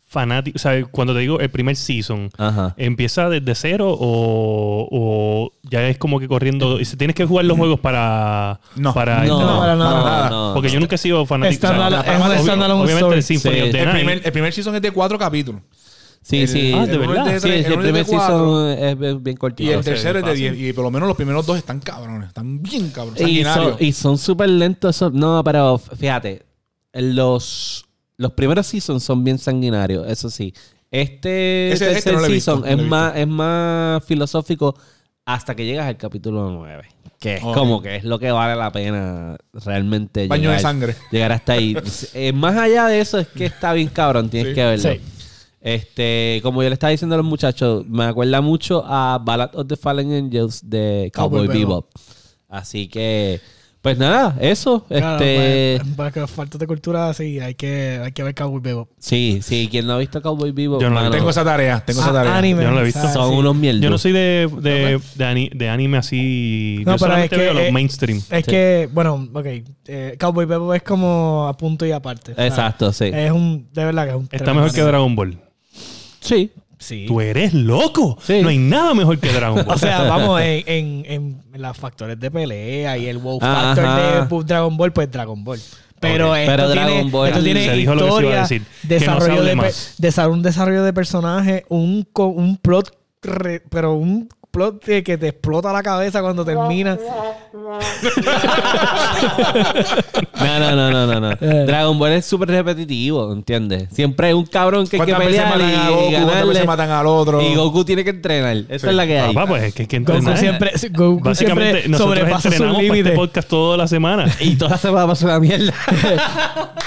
C: fanático. O sea, cuando te digo el primer season,
A: Ajá.
C: ¿empieza desde cero o, o ya es como que corriendo? y si Tienes que jugar los juegos para.
B: No.
C: para
A: No,
C: entrar?
A: no,
D: para nada.
A: no, no.
C: Porque yo nunca he sido fanático.
D: Stand alone- es un
C: obvi-
D: stand alone
C: obviamente
D: story.
C: el Symphony
A: Sí.
C: of the
B: El
C: Night.
B: primer, el primer season es de 4 capítulos.
A: Sí,
B: el-
A: sí.
C: Ah, de
B: uno es
C: verdad.
A: Sí,
B: tres,
A: el
B: uno es de
A: primer
B: cuatro.
A: season es bien- bien
B: Y
A: cortito.
B: el
C: No sé,
B: tercero es de
C: fácil.
B: 10. Y por lo menos los primeros dos están cabrones. Están bien cabrones.
A: Y son,
B: sanguinarios.
A: y son súper lentos. son- no, pero f- fíjate, los, los primeros seasons son bien sanguinarios, eso sí. Este
B: Ese-
A: tercer
B: este no lo he visto,
A: season
B: no lo he
A: es,
B: visto.
A: más, es más filosófico hasta que llegas al capítulo 9. Que es
B: Ok.
A: como que es lo que vale la pena realmente
B: Baño
A: llegar,
B: de sangre.
A: llegar hasta ahí. Eh, más allá de eso es que está bien cabrón, tienes
B: Sí.
A: que verlo.
D: Sí.
A: Este, como yo le estaba diciendo a los muchachos, me acuerda mucho a Ballad of the Fallen Angels de Cowboy
D: Cowboy Bebop.
A: Bebop. Así que Pues nada, eso.
D: Claro,
A: este...
D: pues, para que falta de cultura, sí, hay que, hay que ver Cowboy Bebop.
A: Sí, sí, quien no ha visto Cowboy Vivo.
C: Yo no lo
B: Tengo esa tarea, tengo esa
D: Ah,
B: tarea.
D: anime,
C: Yo no lo he visto.
D: ¿sabes?
A: Son
D: Sí.
A: unos mierdos.
C: Yo no soy de, de, de, ani- de anime así.
D: No,
C: yo
D: pero
C: solamente
D: es que-
C: veo los
D: eh,
C: mainstream.
D: Es
A: Sí.
D: que, bueno, ok. eh, Cowboy Bebop es como a punto y aparte. ¿sabes?
A: Exacto, sí.
D: Es un, de verdad que es un.
C: Está
D: tremendo
C: mejor que
D: anime.
C: Dragon Ball.
A: Sí.
D: Sí.
C: Tú eres loco.
A: Sí.
C: No hay nada mejor que Dragon
D: O
C: Ball.
D: sea, vamos, en, en, en- en las factores de pelea y el wow factor
A: Ajá.
D: de Dragon Ball, pues Dragon Ball. Pero
A: Ok.
D: esto
A: Pero
D: tiene,
A: Dragon Ball-
D: esto tiene
C: Se dijo lo que se iba a
D: historia,
C: decir, que no se
D: desarrollo
C: hable
D: de pe-
C: más.
D: desa- un desarrollo de personaje, un, co- un plot, re- pero un plot que, que te explota la cabeza cuando termina.
C: Pues
A: No, no, no, no, no. no.
D: Eh.
A: Dragon Ball es súper repetitivo, ¿entiendes? Siempre hay un cabrón que hay que
B: ¿Cuántas veces
A: pelear
B: matan
A: y,
B: a
A: y
B: Goku? ¿Cuántas
A: ganarle.
B: veces matan al otro?
A: Y Goku tiene que entrenar. Esa es la que hay.
C: Papá, pues es que hay que
D: Goku
C: entrenar.
D: siempre, Goku
C: Básicamente,
D: siempre
C: nosotros
D: sobrepasa su
C: entrenamos para este
D: límite.
C: podcast toda la semana.
A: Y toda la semana pasa una mierda.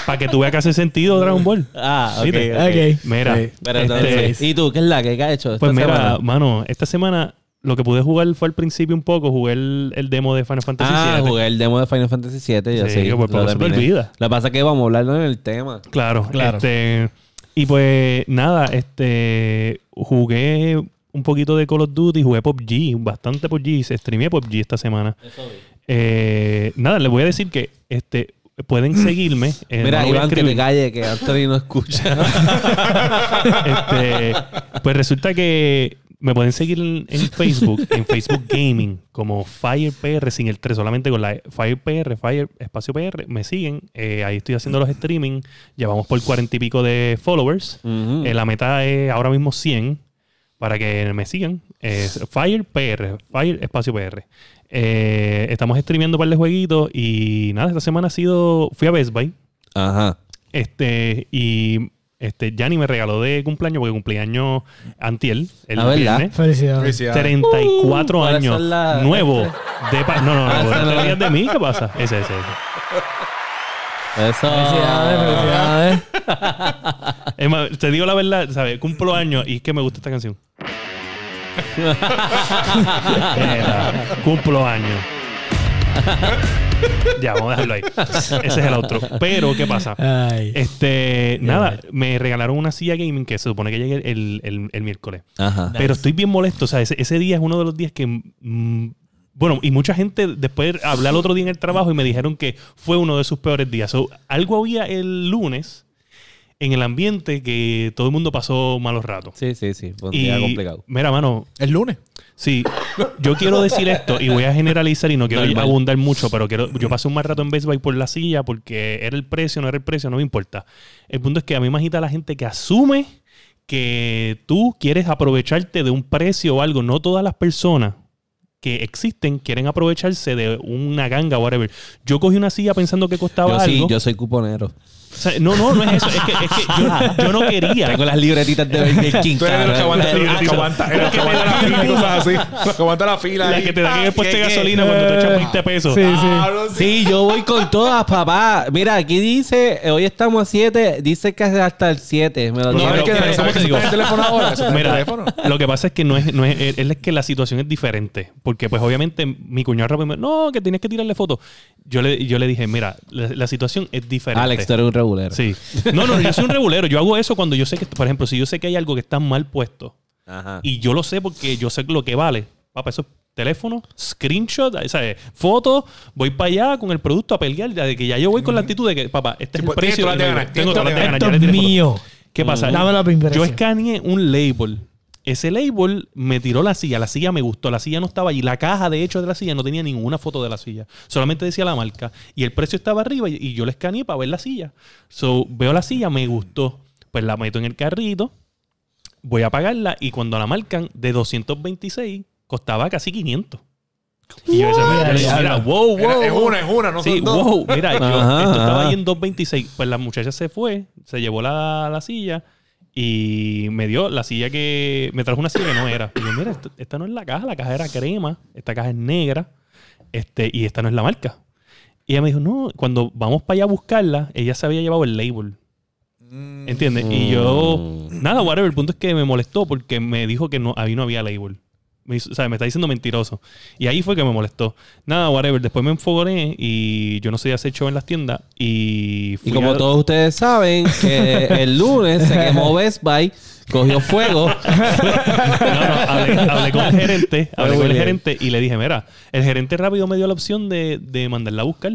C: para que tú veas que hace sentido Dragon Ball.
A: ah, ok.
C: Sí, te-
D: Ok.
C: Mira.
A: Pero
C: este,
A: entonces, ¿y tú qué es la que, que has hecho?
C: Pues
A: esta
C: mira,
A: semana?
C: mano, esta semana lo que pude jugar fue al principio un poco. Jugué el, el demo de Final Fantasy
A: Ah,
C: VII.
A: jugué el demo de Final Fantasy VII. Yo
C: Sí,
A: sí,
C: yo, pues,
A: lo
C: por eso te
A: terminé.
C: olvidas.
A: Lo que pasa es que vamos a hablarlo en el tema.
C: Claro,
D: Claro.
C: Este, y pues nada, este jugué un poquito de Call of Duty, jugué PUBG, bastante PUBG, se streameé PUBG esta semana. Eh, nada, les voy a decir que este pueden seguirme. eh, no
A: mira,
C: lo voy a
A: Iván, que
C: escribir.
A: te calle, que Anthony no escucha.
C: Este, pues resulta que me pueden seguir en, en Facebook, en Facebook Gaming, como FirePR sin el 3, solamente con la FirePR, Fire Espacio PR, me siguen. Eh, ahí estoy haciendo los streaming, llevamos por cuarenta y pico de followers.
A: Ujú.
C: Eh, la meta es ahora mismo 100 para que me sigan. Es Fire PR, Fire Espacio PR. Eh, estamos streameando un par de jueguitos y nada, esta semana ha sido. Fui a Best Buy
A: Ajá.
C: este y este Yanni me regaló de cumpleaños porque cumpleaños Antiel, el
A: Ah, ¿verdad?
C: viernes.
D: Felicidades.
B: Felicidades.
C: 34
A: Uh, ahora
C: años.
A: son las-
C: Nuevo. De pa- no, no,
A: Ah,
C: no.
A: son
C: no te
A: las-
C: rías de mí? ¿Qué pasa? Ese, ese, ese.
A: Eso.
D: Felicidades,
A: Ah.
D: felicidades.
C: Es más, te digo la verdad, ¿sabes? Cumplo años y es que me gusta esta canción. Era, cumplo años. ya, vamos a dejarlo ahí. Ese es el outro. Pero, ¿qué pasa?
D: Ay.
C: Este, nada, me regalaron una silla gaming que se supone que llegue el, el- el miércoles.
A: Ajá.
C: Pero estoy bien molesto. O sea, ese, ese día es uno de los días que. mm, bueno, y mucha gente después hablé al otro día en el trabajo y me dijeron que fue uno de sus peores días. So, algo había el lunes en el ambiente que todo el mundo pasó malos ratos.
A: Sí, sí, sí. Fue un
C: Y,
A: día complicado.
C: mira, mano,
B: Es lunes.
C: Sí, yo quiero decir esto y voy a generalizar y no quiero
A: Normal.
C: abundar mucho, pero quiero, yo pasé un mal rato en Best Buy por la silla porque era el precio, no era el precio, no me importa. El punto es que a mí me agita la gente que asume que tú quieres aprovecharte de un precio o algo. No todas las personas que existen quieren aprovecharse de una ganga o whatever. Yo cogí una silla pensando que
A: Yo
C: costaba
A: sí,
C: algo.
A: yo soy cuponero.
C: O sea, no, no, no es eso. Es que, es que yo, yo no quería.
A: Tengo las libretitas de Burger King.
B: Tú eres de los que
A: cabrón.
B: aguanta, los que aguanta, los que aguanta la fila y cosas así. Los que aguanta la fila.
C: La
B: ahí.
C: que te
A: Ah,
C: da en el poste de
B: ¿Qué, qué?
C: gasolina cuando te echan 20 pesos.
D: Sí, sí.
B: Ah, no sé.
A: Sí, yo voy con todas, papá. Mira, aquí dice, eh, hoy estamos a 7, dice que hasta el 7. Me lo
C: No,
A: dieron.
B: ¿Sabes
C: pero-
B: qué?
C: pero,
B: ¿Sabes
C: ¿cómo te
B: que
C: digo?
B: está en el teléfono ahora? Eso está en el
C: Mira,
B: teléfono.
C: lo que pasa es que no es, no es, es- es que la situación es diferente. Porque, pues, obviamente, mi cuñado rápido me dijo, no, que tienes que tirarle fotos. Yo le, yo le dije, mira, la, la situación es diferente.
A: Alex, tú eres un regulero.
C: Sí. No, no, yo soy un regulero. Yo hago eso cuando yo sé que, por ejemplo, si yo sé que hay algo que está mal puesto
A: Ajá.
C: y yo lo sé porque yo sé lo que vale. Papá, eso es teléfono, screenshot, o sea, fotos, voy para allá con el producto a pelear, ya de que ya yo voy con la actitud de que, papá, este es el
B: Tipo, tienes
C: precio.
B: todas
C: y
B: las
C: no,
B: de
C: yo
B: ganar, tienes
C: tengo todas las de ganar,
D: Esto
C: yo le
D: es
C: tiré fotos.
D: mío.
C: ¿Qué pasa?
D: Dame la
C: Yo
D: impresión.
C: escaneé un label. Ese label me tiró la silla. La silla me gustó. La silla no estaba allí. La caja, de hecho, de la silla no tenía ninguna foto de la silla. Solamente decía la marca. Y el precio estaba arriba y- y yo la escaneé para ver la silla. So, veo la silla, me gustó. Pues la meto en el carrito. Voy a pagarla. Y cuando la marcan, de 226, costaba casi 500. Y yo, decía, mira, yo le decía, mira, wow, wow.
B: Era- Es
C: wow.
B: una, es una, no
C: Sí,
B: son dos.
C: wow, mira, yo,
A: Ajá,
C: esto estaba
A: ajá.
C: ahí en 2.26. Pues la muchacha se fue, se llevó la, la silla y me dio la silla que. Me trajo una silla que no era. Y yo, mira, esto- esta no es la caja, la caja era crema, esta caja es negra este, y esta no es la marca. Y ella me dijo, no, cuando vamos para allá a buscarla, ella se había llevado el label.
B: Mm.
A: Mm.
C: ¿Entiendes? Y yo, nada, whatever. El punto es que me molestó porque me dijo que no, ahí no había label. Me, hizo- o sea, me está diciendo mentiroso. Y ahí fue que me molestó. Nada, whatever. Después me enfogoné y yo no soy acecho en las tiendas. Y
A: Y
C: fui
A: como
C: a-
A: todos ustedes saben, que el lunes se quemó Best Buy, cogió fuego.
C: No, no, hablé, hablé con el gerente, hablé
A: Muy
C: con el
A: bien.
C: gerente y le dije, mira, el gerente rápido me dio la opción de, de mandarla a buscar.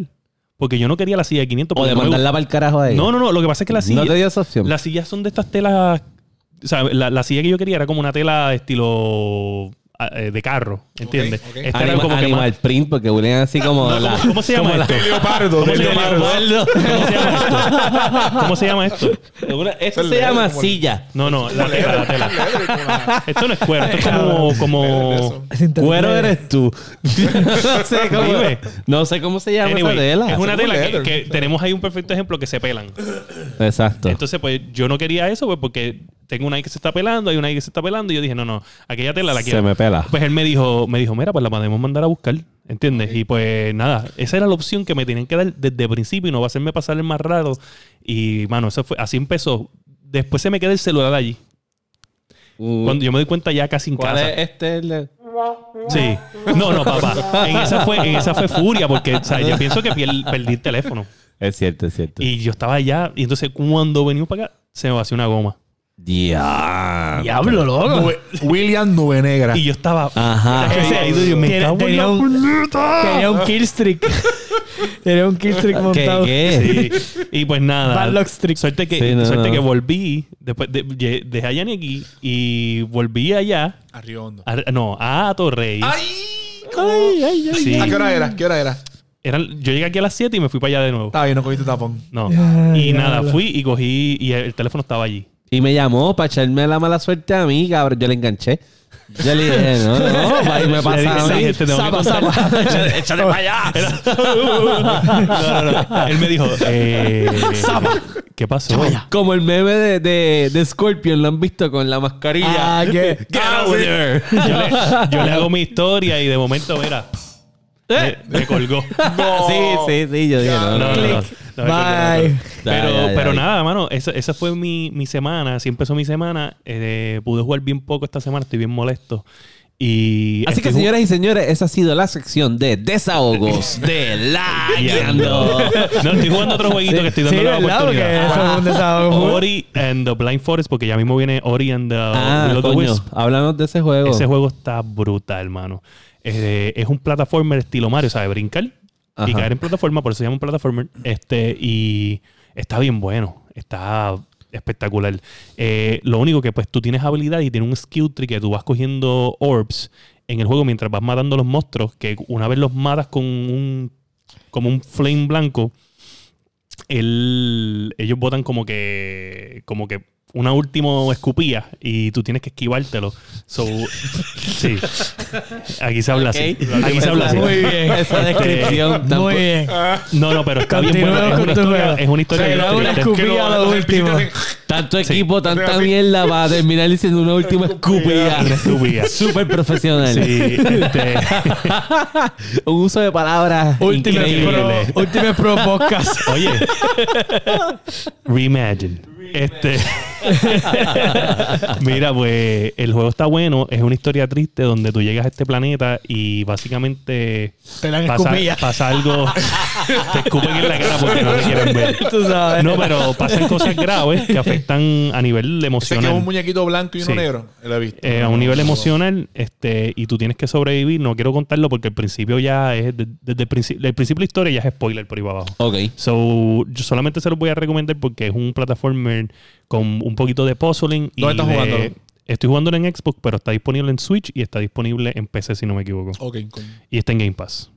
C: Porque yo no quería la silla de 500.
A: o
C: porque
A: de
C: no me-
A: mandarla para el carajo ahí.
C: No, no, no. Lo que pasa es que la silla...
A: No te dio esa opción.
C: Las sillas son de estas telas. O sea, la, la silla que yo quería era como una tela estilo ah, eh, de carro, ¿entiendes?
B: ok.
C: Esta
A: Anima-
C: era como que más-
A: animal print, porque huelen así como
C: No,
A: la...
C: ¿cómo, cómo se llama esto?
B: Leopardo,
C: ¿Cómo
B: de
C: se llama?
B: leopardo.
C: ¿Cómo se llama esto? ¿Cómo se llama esto?
A: Una- Esto
B: Eso
A: se
B: es
A: llama
B: como-
A: silla.
C: No, no, la tela, la tela. Esto no es cuero, esto es como. como...
D: Es internet.
A: Cuero eres tú. no, sé cómo,
C: Dime.
A: no sé cómo se llama
C: Anyway,
A: esa tela.
C: es una
B: Hacemos
C: tela que,
B: leather.
C: que tenemos ahí un perfecto ejemplo que se pelan.
A: Exacto.
C: Entonces, pues yo no quería eso, pues porque tengo una ahí que se está pelando, hay una ahí que se está pelando, y yo dije, no, no, aquella tela la quiero.
A: se me pela.
C: Pues él me dijo, me dijo, mira, pues la podemos mandar a buscar, ¿entiendes? Y pues nada, esa era la opción que me tenían que dar desde el principio y no va a hacerme pasar el más raro. Y mano, eso fue, así empezó. Después se me queda el celular allí.
A: Uh,
C: Cuando yo me doy cuenta ya casi en
A: ¿Cuál
C: casa.
A: es este? El de-
C: Sí. No, no, papá. En esa fue, en esa fue furia, porque o sea, yo pienso que pier- perdí el teléfono.
A: Es cierto, es cierto.
C: Y yo estaba allá, y entonces cuando venimos para acá, se me vació una goma.
A: Ya.
D: Diablo, loco.
B: Nube- William Nube
A: Ah.
B: Negra.
C: Y yo estaba.
A: Ajá.
C: Yo decía, "Ay, Dios, me
D: Tiene-
C: cago en
D: tenía
C: la
D: un-
C: puñeta".
D: Tenía un kill streak. Tenía un kill streak
A: Ah, ¿Qué?
D: montado.
A: ¿Qué?
C: Sí. Y pues nada.
D: Bad luck streak.
C: Suerte que,
A: Sí, no,
C: suerte
A: no.
C: que volví. Después de- lle- dejé a Yanni aquí y volví allá.
B: Arriondo.
C: a- no, a Torrey.
B: ¡Ay!
A: Ay, ay, ay.
C: Sí.
B: ¿A qué hora era? ¿Qué hora era?
C: Eran- yo llegué aquí a las 7 y me fui para allá de nuevo.
B: Está bien, no cogiste tapón.
C: No.
D: Ya,
C: y
D: ya,
C: nada,
D: ya.
C: fui y cogí. Y el teléfono estaba allí.
A: Y me llamó para echarme la mala suerte a mí, cabrón. Yo le enganché. Yo le dije, no, no, va, y Oh, me pasa
C: Le dije,
A: a mí.
C: "Te tengo que
A: Zapa,
C: contar".
A: zapa.
C: Échale- échale para allá. Era- No, no, no. Él me dijo, eh, ¿qué pasó?
A: Como el meme de, de, de Scorpion, lo han visto con la mascarilla.
D: Ah, ¿qué?
A: Get out there.
C: Yo le, yo le hago mi historia y de momento, mira, me, me colgó.
A: Sí, sí, sí, yo dije, no, no, no, no.
C: ¿Eh? No, no, no, no, no.
D: Bye.
A: Ya,
C: Pero,
A: ya, ya.
C: pero nada, mano, esa, esa fue mi, mi semana. Así empezó mi semana. Eh, pude jugar bien poco esta semana, estoy bien molesto. Y
A: Así que,
C: estoy ju-
A: señoras y señores, esa ha sido la sección de desahogos de la guiando.
C: No, estoy jugando otro jueguito que estoy
D: Sí,
C: dando la
D: ¿verdad? Porque
C: oportunidad. Ah.
D: eso es un desahogo.
C: Ori and the Blind Forest, porque ya mismo viene Ori and the
A: Ah,
C: Will of the
A: coño,
C: Wisp.
A: háblanos de ese juego.
C: Ese juego está brutal, hermano. Eh, es un plataformer estilo Mario, ¿sabes? Brincar y
A: Ajá.
C: caer en plataforma, por eso se llama un plataformer. Este, y está bien bueno. Está espectacular. Eh, lo único que pues tú tienes habilidad y tienes un skill tree que tú vas cogiendo orbs en el juego mientras vas matando a los monstruos, que una vez los matas con un como un flame blanco, él- ellos botan como que como que una última escupía y tú tienes que esquivártelo. So, sí. Aquí se habla
A: Ok.
C: así. Aquí se habla así.
D: Muy bien.
A: Esa descripción tampoco-
D: Muy bien.
C: No, no, pero está bien
D: Continúa
C: bueno. Es
D: con
C: una
D: tu
C: historia,
D: juego.
C: es una historia
D: O sea,
C: bien
D: era una
C: triste.
D: escupida
B: Escupía
D: a lo último.
A: Tanto equipo, tanta
B: Así.
A: mierda va a terminar diciendo una última escupida.
C: Una escupida.
A: Súper profesional.
C: Sí, este,
A: Un uso de palabras
D: Ultimate
A: increíble.
D: Pro, Ultimate Pro Podcast.
C: oye, reimagine. Este, mira, pues el juego está bueno. Es una historia triste donde tú llegas a este planeta y básicamente
D: Te la han
C: pasa,
D: escupido.
C: pasa algo. Te escupen en la cara porque no te quieren ver.
D: Tú sabes.
C: No, pero pasan cosas graves que afectan a nivel
B: Ese que es
C: emocional.
B: un muñequito blanco y uno
C: Sí.
B: negro. Lo he visto.
C: Eh, a un nivel emocional este y tú tienes que sobrevivir no quiero contarlo porque el principio ya es de- desde el principio el principio de la historia ya es spoiler por ahí para abajo
A: Ok.
C: so yo solamente se los voy a recomendar porque es un plataformer con un poquito de puzzling y
B: ¿Dónde estás
C: de-
B: jugándolo?
C: estoy jugando en Xbox pero está disponible en Switch y está disponible en PC si no me equivoco
D: Oh.
B: Ok, coño.
C: y está en Game Pass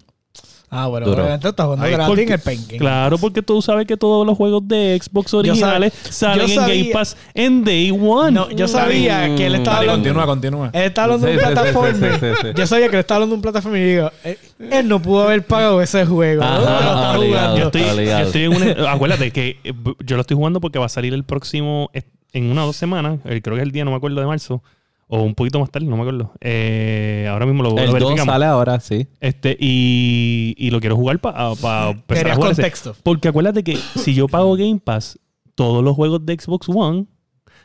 D: Ah, bueno,
A: Duro.
D: obviamente estás jugando
B: Ahí,
D: gratis
B: porque-
D: en el Penguin.
C: claro porque tú sabes que todos los juegos de Xbox originales
D: sab-
C: salen
D: yo
C: en Game
D: sabía-
C: Pass en Day One
D: No, yo sabía que él estaba
B: Dale,
D: hablando.
B: continúa, continúa.
D: Él estaba hablando de
A: Sí,
D: un
A: sí, sí,
D: plataforma.
A: sí, sí, sí.
D: Yo sabía que él estaba hablando de un plataforma y digo, él, él no pudo haber pagado ese juego.
A: Ajá,
D: ¿Dónde lo
A: obligado.
D: está jugando?
C: Yo estoy,
A: Está ligado.
C: yo estoy en una- acuérdate que eh, b- yo lo estoy jugando porque va a salir el próximo. est- En una o dos semanas. eh, creo que es el día, no me acuerdo, de marzo. O un poquito más tarde, no me acuerdo. Eh, ahora mismo lo, lo
A: El 2
C: verificamos.
A: sale ahora, sí.
C: Este, y, y lo quiero jugar para empezar a
D: Querías
C: jugar ese.
D: contexto.
C: Porque acuérdate que si yo pago Game Pass, todos los juegos de Xbox One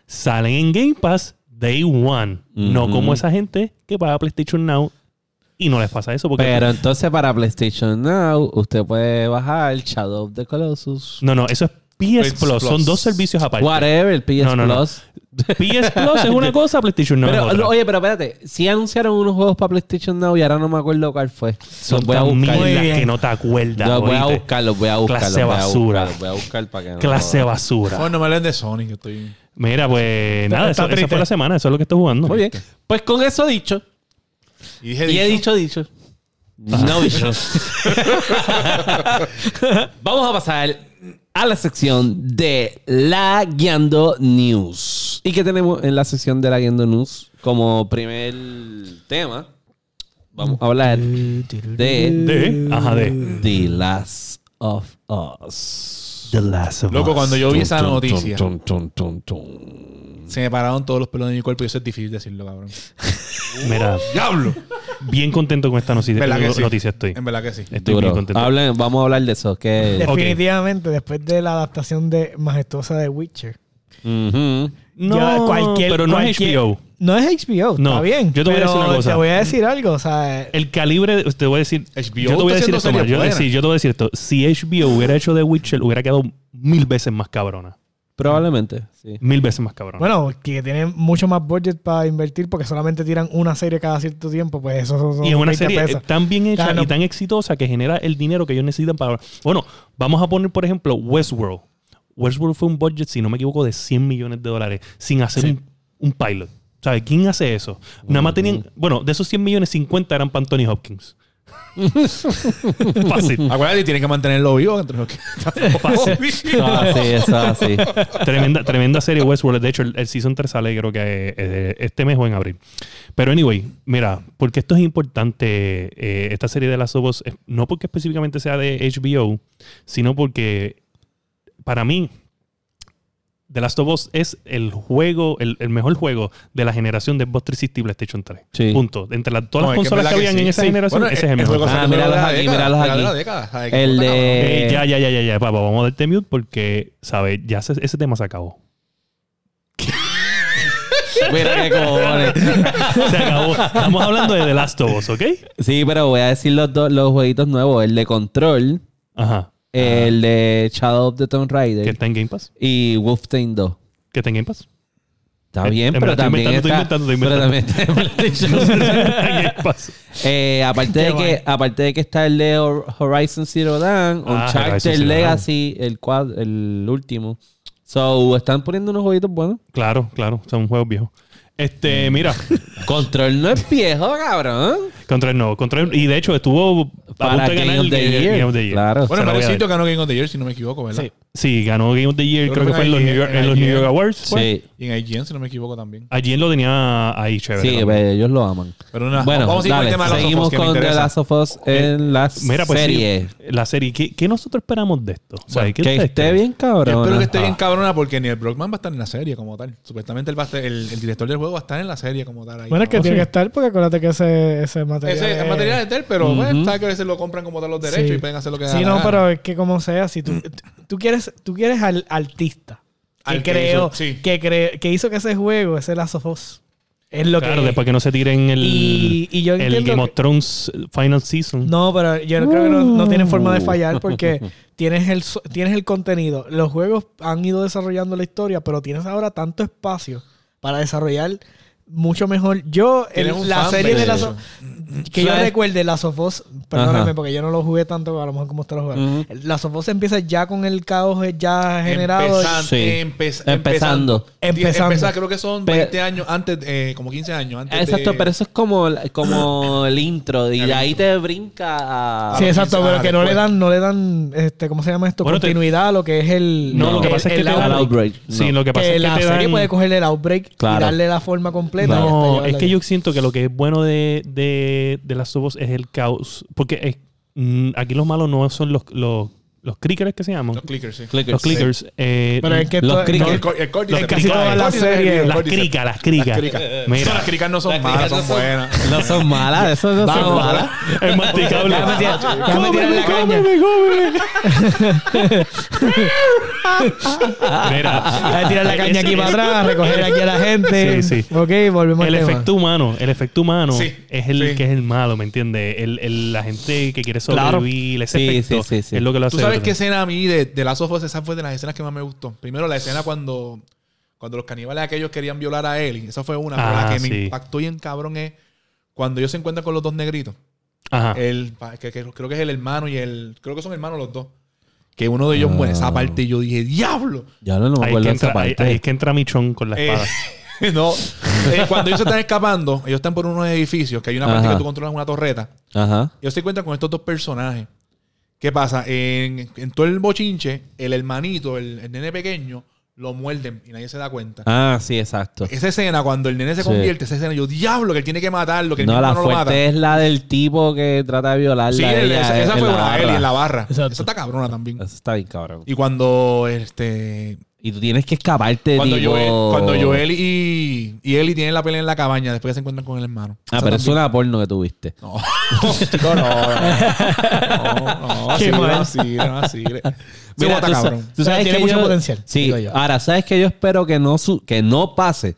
C: salen en Game Pass day one. No
A: Ujú.
C: como esa gente que paga PlayStation Now y no les pasa eso. Porque
A: Pero entonces para PlayStation Now, usted puede bajar Shadow of the Colossus.
C: No, no, eso es PS
B: PS
C: Plus. Son
B: Plus.
C: dos servicios aparte.
A: Whatever, PS
C: No, no, no.
A: Plus.
C: PS Plus es una cosa, PlayStation Now
A: pero,
C: es otra.
A: Oye, pero espérate. Sí anunciaron unos juegos para PlayStation Now y ahora no me acuerdo cuál fue.
C: son
A: los voy a
C: tan
A: buscar.
C: mierdas
D: Muy bien.
C: que no te acuerdas.
A: Los voy a
C: ¿oíste?
A: buscar, los voy a buscar.
C: Clase
A: los voy a buscar,
C: basura.
A: Los voy a buscar para que no-
C: Clase basura.
B: Bueno, no me hablen de Sony, yo estoy.
C: Mira, pues nada, eso,
D: está
C: esa
D: triste.
C: fue la semana, eso es lo que estoy jugando.
A: Muy bien. Pues con eso dicho.
B: Y dije,
A: Y he dicho dicho. No dicho. Vamos a pasar a la sección de la guiando news. ¿Y qué tenemos en la sección de la guiando news? Como primer tema, vamos a hablar de
C: De, ajá, de
A: The Last of Us.
C: The Last of
B: Loco,
C: Us.
B: cuando yo vi esa noticia,
A: Tum, tum, tum, tum.
B: se me pararon todos los pelos de mi cuerpo y eso es difícil decirlo, cabrón.
C: Mira,
B: Oh, ¡Diablo!
C: bien contento con esta noticia,
B: ¿Verdad que sí?
C: noticia estoy.
B: En verdad que sí.
C: Estoy bien
A: Duro.
C: contento.
A: Hablen- vamos a hablar de eso. Que...
C: Ok.
D: Definitivamente, después de la adaptación de majestuosa de Witcher.
A: Ujú.
D: ya
C: No,
D: cualquier-
C: pero no
D: cualquier-
C: es HBO.
D: No es HBO,
C: No,
D: está bien.
C: yo te voy a
D: pero
C: decir una cosa.
D: Te voy a decir algo, o sea,
C: El calibre, de- te voy a decir,
B: HBO
C: yo te voy a
B: está
C: decir
B: haciendo
C: esto, Omar,
B: series
C: yo,
B: buenas.
C: sí, yo te voy a decir esto. Si HBO hubiera hecho The Witcher, hubiera quedado mil veces más cabrona.
A: Probablemente, sí.
C: Mil veces más cabrona.
D: bueno, que tienen mucho más budget para invertir porque solamente tiran una serie cada cierto tiempo, pues eso son
C: Y es una
D: 20
C: serie eh,
D: pesos.
C: tan bien hecha
D: Claro, no.
C: y tan exitosa que genera el dinero que ellos necesitan para... Bueno, vamos a poner, por ejemplo, Westworld. Westworld fue un budget, si no me equivoco, de 100 millones de dólares sin hacer un, un pilot. ¿Sabes? ¿Quién hace eso? Nada más tenían... Bueno, de esos 100 millones, 50 eran para Anthony Hopkins. Fácil.
B: Acuérdate, tienen que mantenerlo vivo entre los que
C: Fácil.
A: Ah, sí, eso así.
C: tremenda, tremenda serie Westworld. De hecho, el, el Season 3 sale creo que eh, eh, este mes o en abril. Pero anyway, mira, porque esto es importante, eh, esta serie de las Us eh, no porque específicamente sea de HBO, sino porque para mí... The Last of Us es el juego, el, el mejor juego de la generación de Xbox 360 y PlayStation 3.
A: Sí.
C: Punto. Entre las- todas
B: No,
C: las
B: es en
C: consolas
B: verdad
C: que habían
B: sí.
C: en esa
B: Sí.
C: generación,
B: Bueno,
C: ese es el
B: el
C: mejor.
B: juego
A: Ah,
B: salió de
A: míralos
B: la
A: aquí,
B: década,
A: míralos
B: de la
A: aquí.
B: década, o sea,
A: El
B: puta, cabrón.
A: de-
C: Eh, ya, ya, ya, ya, ya, papá, vamos a darte mute porque, ¿sabes? Ya se- ese tema se acabó.
A: Mira qué cojones.
C: Se acabó. Estamos hablando de The Last of Us, ¿ok?
A: Sí, pero voy a decir los dos, los jueguitos nuevos. El de Control,
C: Ah. Ajá.
A: el de Shadow of the Tomb
C: Que
A: Raider
C: está en Game Pass.
A: y Wolfenstein 2.
C: Que está en Game Pass.
A: Está
C: Eh,
A: bien,
C: en
A: pero
C: verdad, estoy
A: también está...
C: inventando, estoy
A: Pero también
C: inventando,
A: está en PlayStation.
C: Game Pass.
A: Eh, aparte, de que, aparte de que está el de Hor- Horizon Zero Dawn,
C: Ah, Horizon
A: Uncharted
C: Zero Dawn.
A: Legacy, el, cuad- el último. So, están poniendo unos jueguitos buenos.
C: Claro, claro. Son juegos viejos. Este, mira,
A: Control no es viejo, cabrón.
C: contra el nuevo. Contra el- y de hecho, estuvo a punto de ganar el de- Game of the Year.
A: Claro.
B: Bueno,
C: Se la
B: en
C: voy
B: varios
C: a dar.
B: sitios ganó Game of the Year, si no me equivoco, ¿verdad?
D: Sí.
C: Sí, ganó Game of the Year,
B: Yo
C: creo que fue en los New York, en los New York Awards. fue.
A: Sí.
B: Y en IGN, si no me equivoco también.
C: Allí él lo tenía ahí, chévere.
A: Sí,
C: ¿no?
A: pero ellos lo aman.
B: Pero nada,
A: bueno,
B: vamos a ir con
A: dale,
B: el tema de los
A: seguimos
B: ojos, que me
A: con The
B: interesa. Eh,
A: Last of Us en las
C: Mira, pues
A: series.
C: sí, la serie. ¿Qué, qué nosotros esperamos de esto? O sea, ¿qué
A: que
C: ustedes
A: esté
C: creen?
A: bien cabrón.
B: Yo espero que esté bien cabrona porque ni el Brockman va a estar en la serie como tal. Supuestamente él va a estar- el, el director del juego va a estar en la serie como tal. Ahí,
D: Bueno, es que
C: Oh,
B: ¿no?
D: tiene que estar porque acuérdate que ese, ese material.
B: Ese
D: es-
B: es material es de él, pero bueno,
A: Ujú.
B: sabes que a veces lo compran como tal los derechos
D: Sí.
B: y pueden hacer lo que
D: Sí,
B: da la
D: no,
B: gana.
D: pero es que como sea, si tú, tú quieres, tú quieres al artista que
B: Mm. Al que
D: creó,
B: hizo- sí.
D: que, cre- que hizo que ese juego, ese Last of Us, es lo
C: Claro,
D: que
C: después que no se tiren el,
D: Y- y yo
C: el
D: entiendo
C: Game of
D: que-
C: Thrones Final Season.
D: No, pero yo no creo que no, no tiene forma de fallar porque tienes el, so- tienes el contenido. Los juegos han ido desarrollando la historia, pero tienes ahora tanto espacio para desarrollar mucho mejor. Yo,
B: Tienes
D: en
B: un
D: la
B: fan
D: serie de
B: base.
D: las que yo
A: ¿Sabes?
D: recuerde, Last of Us, perdóname
A: Ajá.
D: porque yo no lo jugué tanto, a lo mejor como usted lo jugaron.
A: Ujú.
D: Last of Us empieza ya con el caos ya generado.
B: Empezan-
A: Sí.
B: empez-
A: Empezando.
D: Empezando.
B: Empezar, creo que son
A: Pe-
B: 20 años antes, eh, como 15 años antes.
A: Exacto,
B: de-
A: pero eso es como, como el intro. Y
B: El
A: de ahí te brinca a...
D: Sí,
B: Ah,
D: exacto, pero
B: ah,
D: que no le
B: después.
D: dan, no le dan, este, ¿cómo se llama esto?
C: Bueno, te-
D: Continuidad a lo que es el.
C: No, lo que
D: el-
C: pasa es que
D: el
C: te
A: outbreak.
C: dan...
A: El outbreak,
C: Sí,
A: no.
C: lo que pasa
D: que
C: es que
D: la
C: te
D: serie
C: dan...
D: puede coger el outbreak y
A: Claro.
D: darle la forma completa. y hasta
C: No,
D: llevarla
C: es que
D: allá.
C: yo siento que lo que es bueno de, de, de las subos es el caos. Porque es- mm, aquí los malos no son los, los, los crickers que se llaman.
B: Los clickers, sí.
A: Clickers.
C: Los clickers. eh,
D: Pero es que
A: Los
D: todo-
A: crickets.
B: No, el, cor- el cordyceps.
C: En casi
B: El
C: todas
B: cordyceps
D: las
B: es el
D: series.
B: el
C: las
B: cordyceps.
C: cricas, las cricas.
B: Las cricas.
C: Mira.
B: No, las cricas no son malas, son buenas.
A: No son malas, eso no son malas.
C: Es masticable.
D: Ya me tiran- ya me tiran la caña.
C: cómeme, cómeme. Mira,
D: A tirar la caña aquí
C: ese-
D: para atrás, a recoger aquí a la gente.
C: Sí, sí.
D: Ok, volvemos
C: El
D: al tema.
C: efecto humano, el efecto humano
B: Sí,
C: es el
B: sí.
C: que es el malo, ¿me entiendes? El, el- la gente que quiere sobrevivir, ese
A: Sí,
C: efecto
A: sí, sí, sí.
C: es lo que lo hace.
B: Tú sabes
C: otro.
B: qué escena a mí de, de Last of Us, esa fue de las escenas que más me gustó. Primero, la escena cuando, cuando los caníbales aquellos querían violar a Ellie. Esa fue una, pero
C: Ah,
B: la que
C: sí.
B: me impactó y en cabrón es cuando ellos se encuentran con los dos negritos.
A: Ah.
C: Ajá.
A: Eh,
B: El, pa- que, que creo que es el hermano y el. Creo que son hermanos los dos. Que uno de ellos muere.
A: Ah.
B: Esa parte yo dije, ¡diablo!
A: Ya no, no me
C: ahí, es
A: acuerdo
C: que
A: de esa
C: entra, ahí-
A: parte.
C: ahí es que entra Michón con la
B: Eh,
C: espada.
B: no. Eh, cuando ellos se están escapando, ellos están por unos edificios, que hay una parte
A: Ajá.
B: que tú controlas una torreta.
A: Ajá.
B: Ellos se encuentran con estos dos personajes. ¿Qué pasa? En, en todo el bochinche, el hermanito, el, el nene pequeño, lo muerden y nadie se da cuenta.
A: Ah, sí, exacto.
B: Esa escena, cuando el nene se
A: Sí.
B: convierte, esa escena, yo, diablo, que él tiene que matarlo, que el
A: No,
B: mismo
A: la
B: no lo mata.
A: fuerte es la del tipo que trata de violarla.
B: Sí,
A: a
B: el-
A: ella
B: esa, esa
A: en
B: fue
A: la
B: una
A: barra.
B: Ellie en la barra.
D: Exacto.
B: Esa está cabrona también.
A: Eso está bien, cabrón.
B: Y cuando este.
A: Y tú tienes que escaparte
B: Cuando
A: tipo...
B: Joel, cuando Joel y, y Ellie tienen la pelea en la cabaña, después que se encuentran con el hermano.
A: Ah,
B: Esa
A: pero es
B: también.
A: una porno que tuviste.
B: No, chico, no, no. No, no, así,
D: Qué
B: no,
D: mal.
B: así, no, así. Se
A: Mira,
B: bota
A: tú sa-
B: cabrón.
A: tú
D: O sea,
A: sabes
D: tiene
A: que
D: mucho
A: yo-
D: potencial,
A: Sí.
D: digo yo.
A: Ahora, ¿sabes que Yo espero que no, su- que no pase.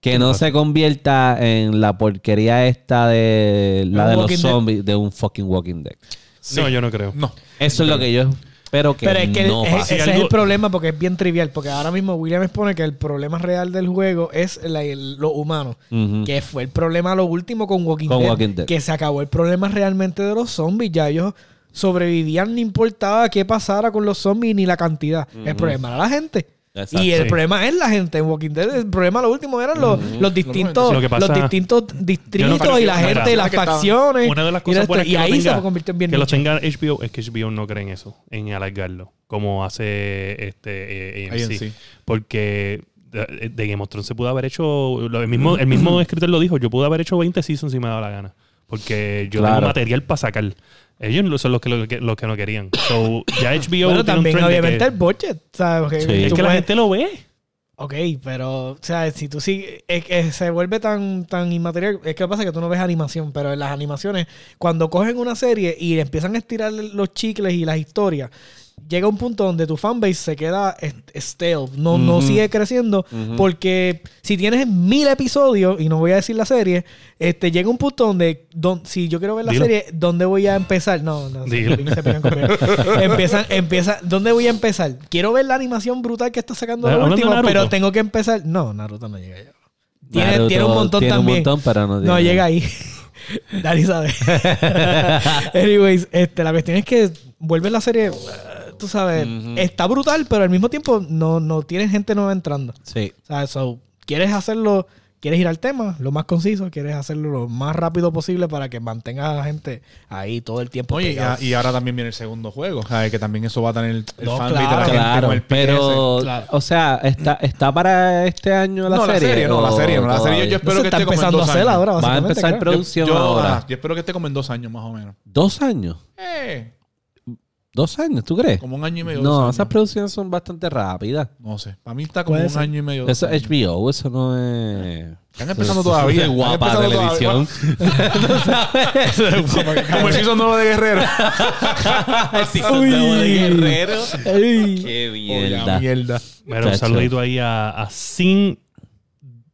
A: Que no se convierta en la porquería esta de la
D: Un
A: de los
D: Walking Dead.
A: zombies de un fucking Walking Dead.
B: Sí.
C: No, yo no creo.
B: No.
A: Eso es lo que yo espero que,
D: Pero es que
A: no
D: es-
A: pase.
D: ese
C: Si
D: es
C: algo-
D: el problema porque es bien trivial. Porque ahora mismo William expone que el problema real del juego es la- el- lo humano.
A: Ujú.
D: Que fue el problema lo último con, Walking,
A: Con
D: Dead,
A: Walking Dead.
D: Que se acabó el problema realmente de los zombies. Ya ellos sobrevivían, no importaba qué pasara con los zombies ni la cantidad. El problema era la gente.
A: Exacto.
D: y el
C: Sí.
D: problema es la gente en Walking Dead. El problema lo último eran los, los distintos,
C: Lo que pasa-
D: los distintos distritos
C: creo
D: y
C: que-
D: la
C: mira,
D: gente, las
B: que estaba-
D: facciones.
C: Una de las
D: y
C: cosas
D: esto.
C: buenas
D: este, y
C: que lo
D: ahí
C: tenga-
D: se convirtió en bien
C: que lo
D: nicho.
C: tenga HBO es que HBO no cree en eso, en alargarlo, como hace este eh, AMC.
B: AMC.
C: Porque de de Game of Thrones se pudo haber hecho, lo- el mismo, el mismo escritor lo dijo, yo pude haber hecho 20 seasons si me daba la gana. Porque yo
A: Claro.
C: tengo material para sacar. Ellos no son los que, los que, los que no querían. So, ya HBO tiene
D: Bueno,
C: un
D: también
C: trend de que-
D: obviamente el budget, ¿sabes? Que
A: Sí.
D: tú
C: es que la
D: puedes-
C: gente lo ve.
D: Ok, pero, o sea, si tú sigues, es que se vuelve tan, tan inmaterial, es que pasa que tú no ves animación, pero en las animaciones, cuando cogen una serie y empiezan a estirar los chicles y las historias, llega un punto donde tu fanbase se queda est- stale, no, no
A: Ujú.
D: sigue creciendo, porque si tienes mil episodios, y no voy a decir la serie, este llega un punto donde, don- si yo quiero ver la
C: Dilo.
D: serie, ¿dónde voy a empezar? No, no, se
C: Dilo.
D: pelean- se pelean conmigo. empiezan, empieza, ¿dónde voy a empezar? Quiero ver la animación brutal que está sacando lo
C: Hablando de
D: último,
C: Naruto.
D: pero tengo que empezar. No, Naruto no llega ya. Tiene,
A: Naruto
D: tiene un montón
A: tiene
D: también.
A: un montón, pero no,
D: no
A: tiene-
D: llega ahí. Dani sabe. Anyways, este, la cuestión es que vuelve la serie, eh, tú sabes, está brutal, pero al mismo tiempo no, no tiene gente nueva entrando.
A: Sí.
D: O sea, so, quieres hacerlo, quieres ir al tema lo más conciso, quieres hacerlo lo más rápido posible para que mantenga a la gente ahí todo el tiempo.
B: Oye, y,
D: pegado.
B: a- y ahora también viene el segundo juego. ¿sabes? Que también eso va a tener el, el
D: No,
B: fanbase
D: claro,
B: de la gente
A: Claro,
B: con el PS.
A: pero,
D: claro.
A: o sea, ¿está, ¿está para este año la
B: no,
A: serie?
B: la serie, no, la
A: o
B: serie, no, la serie. Yo,
A: todavía?
B: yo
D: No
B: espero
D: se
B: que
D: está
B: esté como en
D: empezando a
B: dos
D: hacer
B: años.
D: ahora,
A: Va a
D: básicamente.
A: empezar
D: creo.
A: producción
B: yo,
A: ahora.
B: ah, yo espero que esté como en dos años más o menos.
A: ¿Dos años?
B: Eh,
A: ¿Dos años? ¿tú crees?
B: como un año y medio. dos
A: No,
B: años.
A: esas producciones son bastante rápidas.
B: No sé. Para mí está como
D: Puede
B: un
D: ser.
B: año y medio. dos
A: Eso
B: años.
A: es HBO, eso no es...
B: Están empezando todavía.
A: Es
B: están
A: guapa
B: empezando
A: televisión.
B: todavía. Como el season nuevo de Guerrero.
A: Sí, son nuevo de guerrero.
D: Ey.
A: Qué
B: Hola,
A: mierda.
B: mierda.
C: Mira, un
A: Chacho.
C: saludito ahí a, a Sin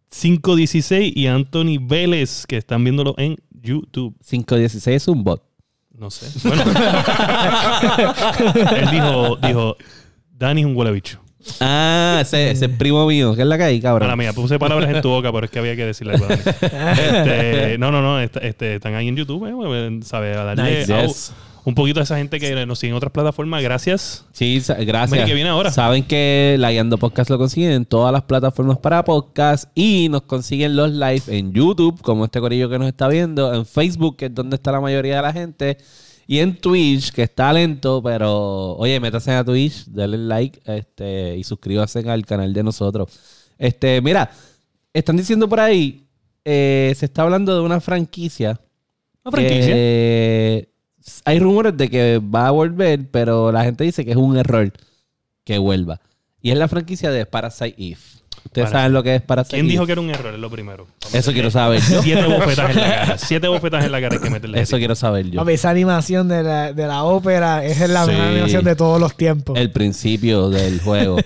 C: 516 y a Anthony Vélez, que están viéndolo en YouTube.
A: 516 es un bot.
C: No sé. Bueno. Él dijo, dijo, Dani es un huele bicho.
A: Ah, ese, ese es primo mío. ¿Qué es la que hay,
C: Mala
A: cabrón?
C: mía, puse palabras en tu boca, pero es que había que decirle algo a Dani. Este, no, no, no. est- este, están ahí en YouTube, eh, ¿sabes? A darle
A: Nice,
C: a-
A: yes.
C: un poquito a esa gente que nos sigue en otras plataformas. Gracias.
A: Sí, sa- gracias.
C: Mira, que viene ahora.
A: Saben que la Guiando Podcast lo consiguen en todas las plataformas para podcast y nos consiguen los live en YouTube, como este corillo que nos está viendo, en Facebook, que es donde está la mayoría de la gente, y en Twitch, que está lento, pero oye, métanse a Twitch, denle like este, y suscríbanse al canal de nosotros. Este, mira, están diciendo por ahí, eh, se está hablando de una franquicia
C: Una franquicia.
A: que hay rumores de que va a volver, pero la gente dice que es un error que vuelva. Y es la franquicia de Parasite Eve. Ustedes
C: Para-
A: saben lo que es Parasite
C: ¿Quién
A: Eve?
C: dijo que era un error? Es lo primero. Vamos
A: Eso
C: a
A: quiero saber
C: meterle
A: yo.
C: Siete bofetas en la cara. Siete bofetas en la cara hay que meterle.
A: Eso quiero saber yo.
D: Papi, esa animación de la, de la ópera esa es la
A: Sí.
D: mejor animación de todos los tiempos.
A: El principio del juego.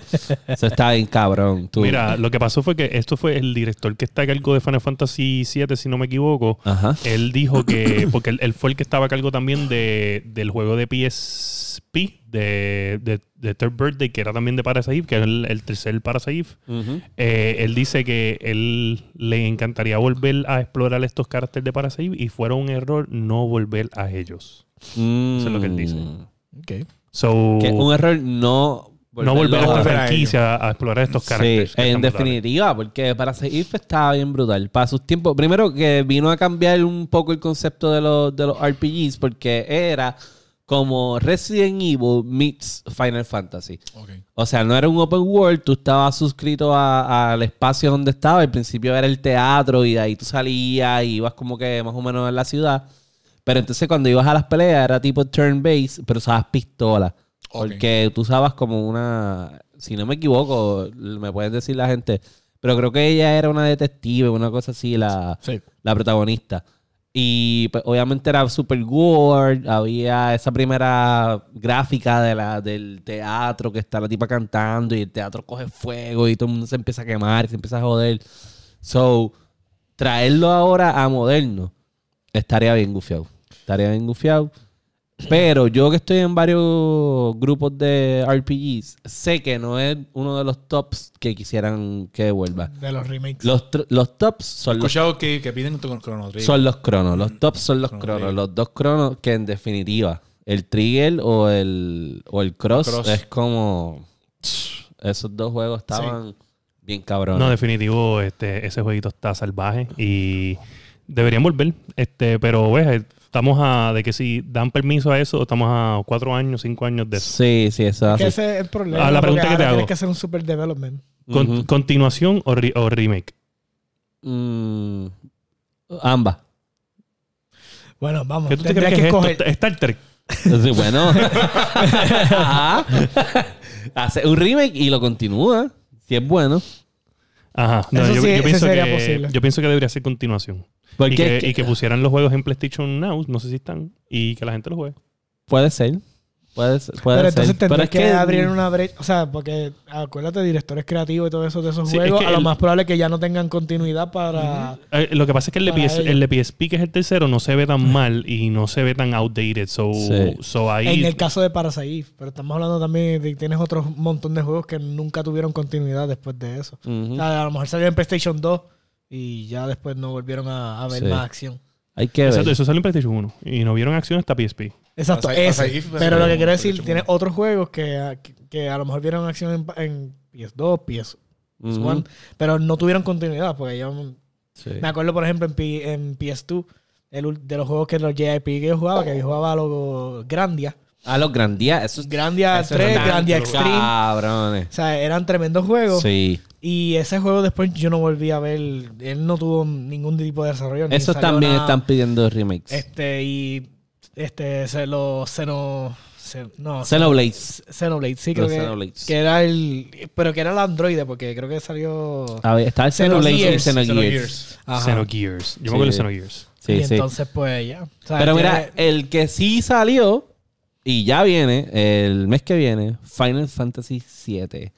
A: Eso está bien cabrón. Tú.
C: Mira, lo que pasó fue que esto fue el director que está a cargo de Final Fantasy VII, si no me equivoco.
A: Ajá.
C: Él dijo que, porque él, él fue el que estaba a cargo también de, del juego de PSP, de, de, de Third Birthday, que era también de Parasite Eve, que es el, el tercer Parasite Eve. Eh, él dice que él le encantaría volver a explorar estos caracteres de Parasite Eve y fuera un error no volver a ellos.
A: Mm.
C: Eso es lo que él dice.
D: Ok.
C: So,
A: Que un error no
C: no volver a
A: volverlo
C: esta
B: volver a
C: franquicia a, explorar estos caracteres.
A: Sí,
C: que
A: en
C: están brutales.
A: definitiva, porque para seguir estaba bien brutal. Para sus tiempos, primero que vino a cambiar un poco el concepto de los, de los RPGs, porque era como Resident Evil meets Final Fantasy.
B: Ok.
A: O sea, no era un open world, tú estabas suscrito a- al espacio donde estaba. Al principio era el teatro y de ahí tú salías y ibas como que más o menos en la ciudad. Pero entonces cuando ibas a las peleas era tipo turn-based, pero usabas pistola.
B: Ok.
A: Porque tú usabas como una... Si no me equivoco, me pueden decir la gente. Pero creo que ella era una detective, una cosa así, la,
D: Sí.
A: la protagonista. Y pues, obviamente era Super World, había esa primera gráfica de la, del teatro que está la tipa cantando y el teatro coge fuego y todo el mundo se empieza a quemar y se empieza a joder. So, traerlo ahora a moderno estaría bien gufiado. Estaría bien gufiado. Pero yo que estoy en varios grupos de RPGs, sé que no es uno de los tops que quisieran que vuelva.
D: De los remakes.
A: Los, tr- los tops
B: He
A: son los
B: escuchado que, que piden con Chrono Trigger.
A: son los cronos. Los tops son los
B: Chrono
A: cronos.
B: Trigger.
A: Los dos cronos que en definitiva, el trigger o el, o el cross,
B: Cross.
A: es como... Esos dos juegos estaban bien cabrones.
C: No, definitivo, este, ese jueguito está salvaje y deberían volver. Este, pero ves, estamos a de que si dan permiso a eso, estamos a cuatro años, cinco años de eso.
A: sí, sí, eso
D: Que
A: hace.
D: ese es el problema.
C: Ah, la
D: porque
C: pregunta que
D: ahora
C: te hago.
D: Tienes que hacer un super development.
C: Con-
A: Ujú.
C: Continuación o, re- o remake.
A: Mm, ambas.
D: Bueno, vamos.
C: ¿Qué tú te
D: tendrías
C: crees que,
D: que
C: es esto?
D: escoger.
C: Star Trek.
A: Entonces, bueno. Ajá. Hace un remake y lo continúa. Si es bueno.
C: Ajá. No,
D: Eso
C: yo,
D: sí,
C: yo
D: eso
C: pienso
D: sería
C: que,
D: posible.
C: yo pienso que debería ser continuación.
A: Porque
C: Y que,
A: Pues, es que-
C: y que pusieran los juegos en PlayStation Now, no sé si están, y que la gente los juegue.
A: puede ser. Puede ser. Puede ser.
D: Pero entonces
A: Pero
D: tendrías
A: es
D: que, abrir una brecha. O sea, porque acuérdate, directores creativos y todo eso de esos
C: Sí, es
D: juegos,
C: que
D: a lo
C: el-
D: más probable es que ya no tengan continuidad para.
C: Eh, lo que pasa es que el de,
D: Para
C: PS,
D: ellos.
C: el de PSP, que es el tercero, no se ve tan mal y no se ve tan outdated. So,
A: Sí.
C: so ahí...
D: En el caso de Parasite, Eve, pero estamos hablando también de que tienes otros montón de juegos que nunca tuvieron continuidad después de eso.
A: Ujú.
D: O sea, a lo mejor salió en PlayStation 2 y ya después no volvieron a, a ver
A: Sí.
D: más acción.
A: Hay que ver.
C: Exacto, eso salió en PlayStation 1 y no vieron acción hasta PSP.
D: Exacto,
B: Parasite-
D: ese.
B: Parasite Eve,
D: pero
B: pero
D: lo que quiero decir,
B: PlayStation
D: tienes
B: 1.
D: otros juegos que, que, a lo mejor vieron acción en, pa- en PS2, PS1,
A: Ujú.
D: pero no tuvieron continuidad porque ya
A: Sí.
D: Me acuerdo, por ejemplo, en, P- en PS2, el ul- de los juegos que los JIP que yo jugaba, que yo jugaba a los Grandia.
A: A Ah, los grandías. Eso es
D: Grandia
B: Eso
D: 3,
B: era
D: Grandia Extreme.
A: Cabrones.
D: O sea, eran tremendos juegos.
A: Ah. Sí.
D: Y ese juego después yo no volví a ver. Él no tuvo ningún tipo de desarrollo. ni
A: Esos
D: salió
A: también
D: nada.
A: están pidiendo remakes.
D: Este, y. Este, se lo. Se no. se- no,
A: Xenoblades.
D: Xenoblade, sí, creo
A: Los
D: que,
A: Xenoblades.
D: que era el. Pero que era el androide, porque creo que salió.
A: A ver, está el Xenoblades y
D: Xenogears.
A: Xenogears.
B: Ah,
D: Ajá.
C: Xenogears.
A: Sí.
C: Yo me acuerdo de Xenogears.
A: Sí,
D: y
A: sí.
D: entonces, pues ya. O sea,
A: Pero
D: tiene-
A: mira, eh, el que sí salió y ya viene, el mes que viene, Final Fantasy VII.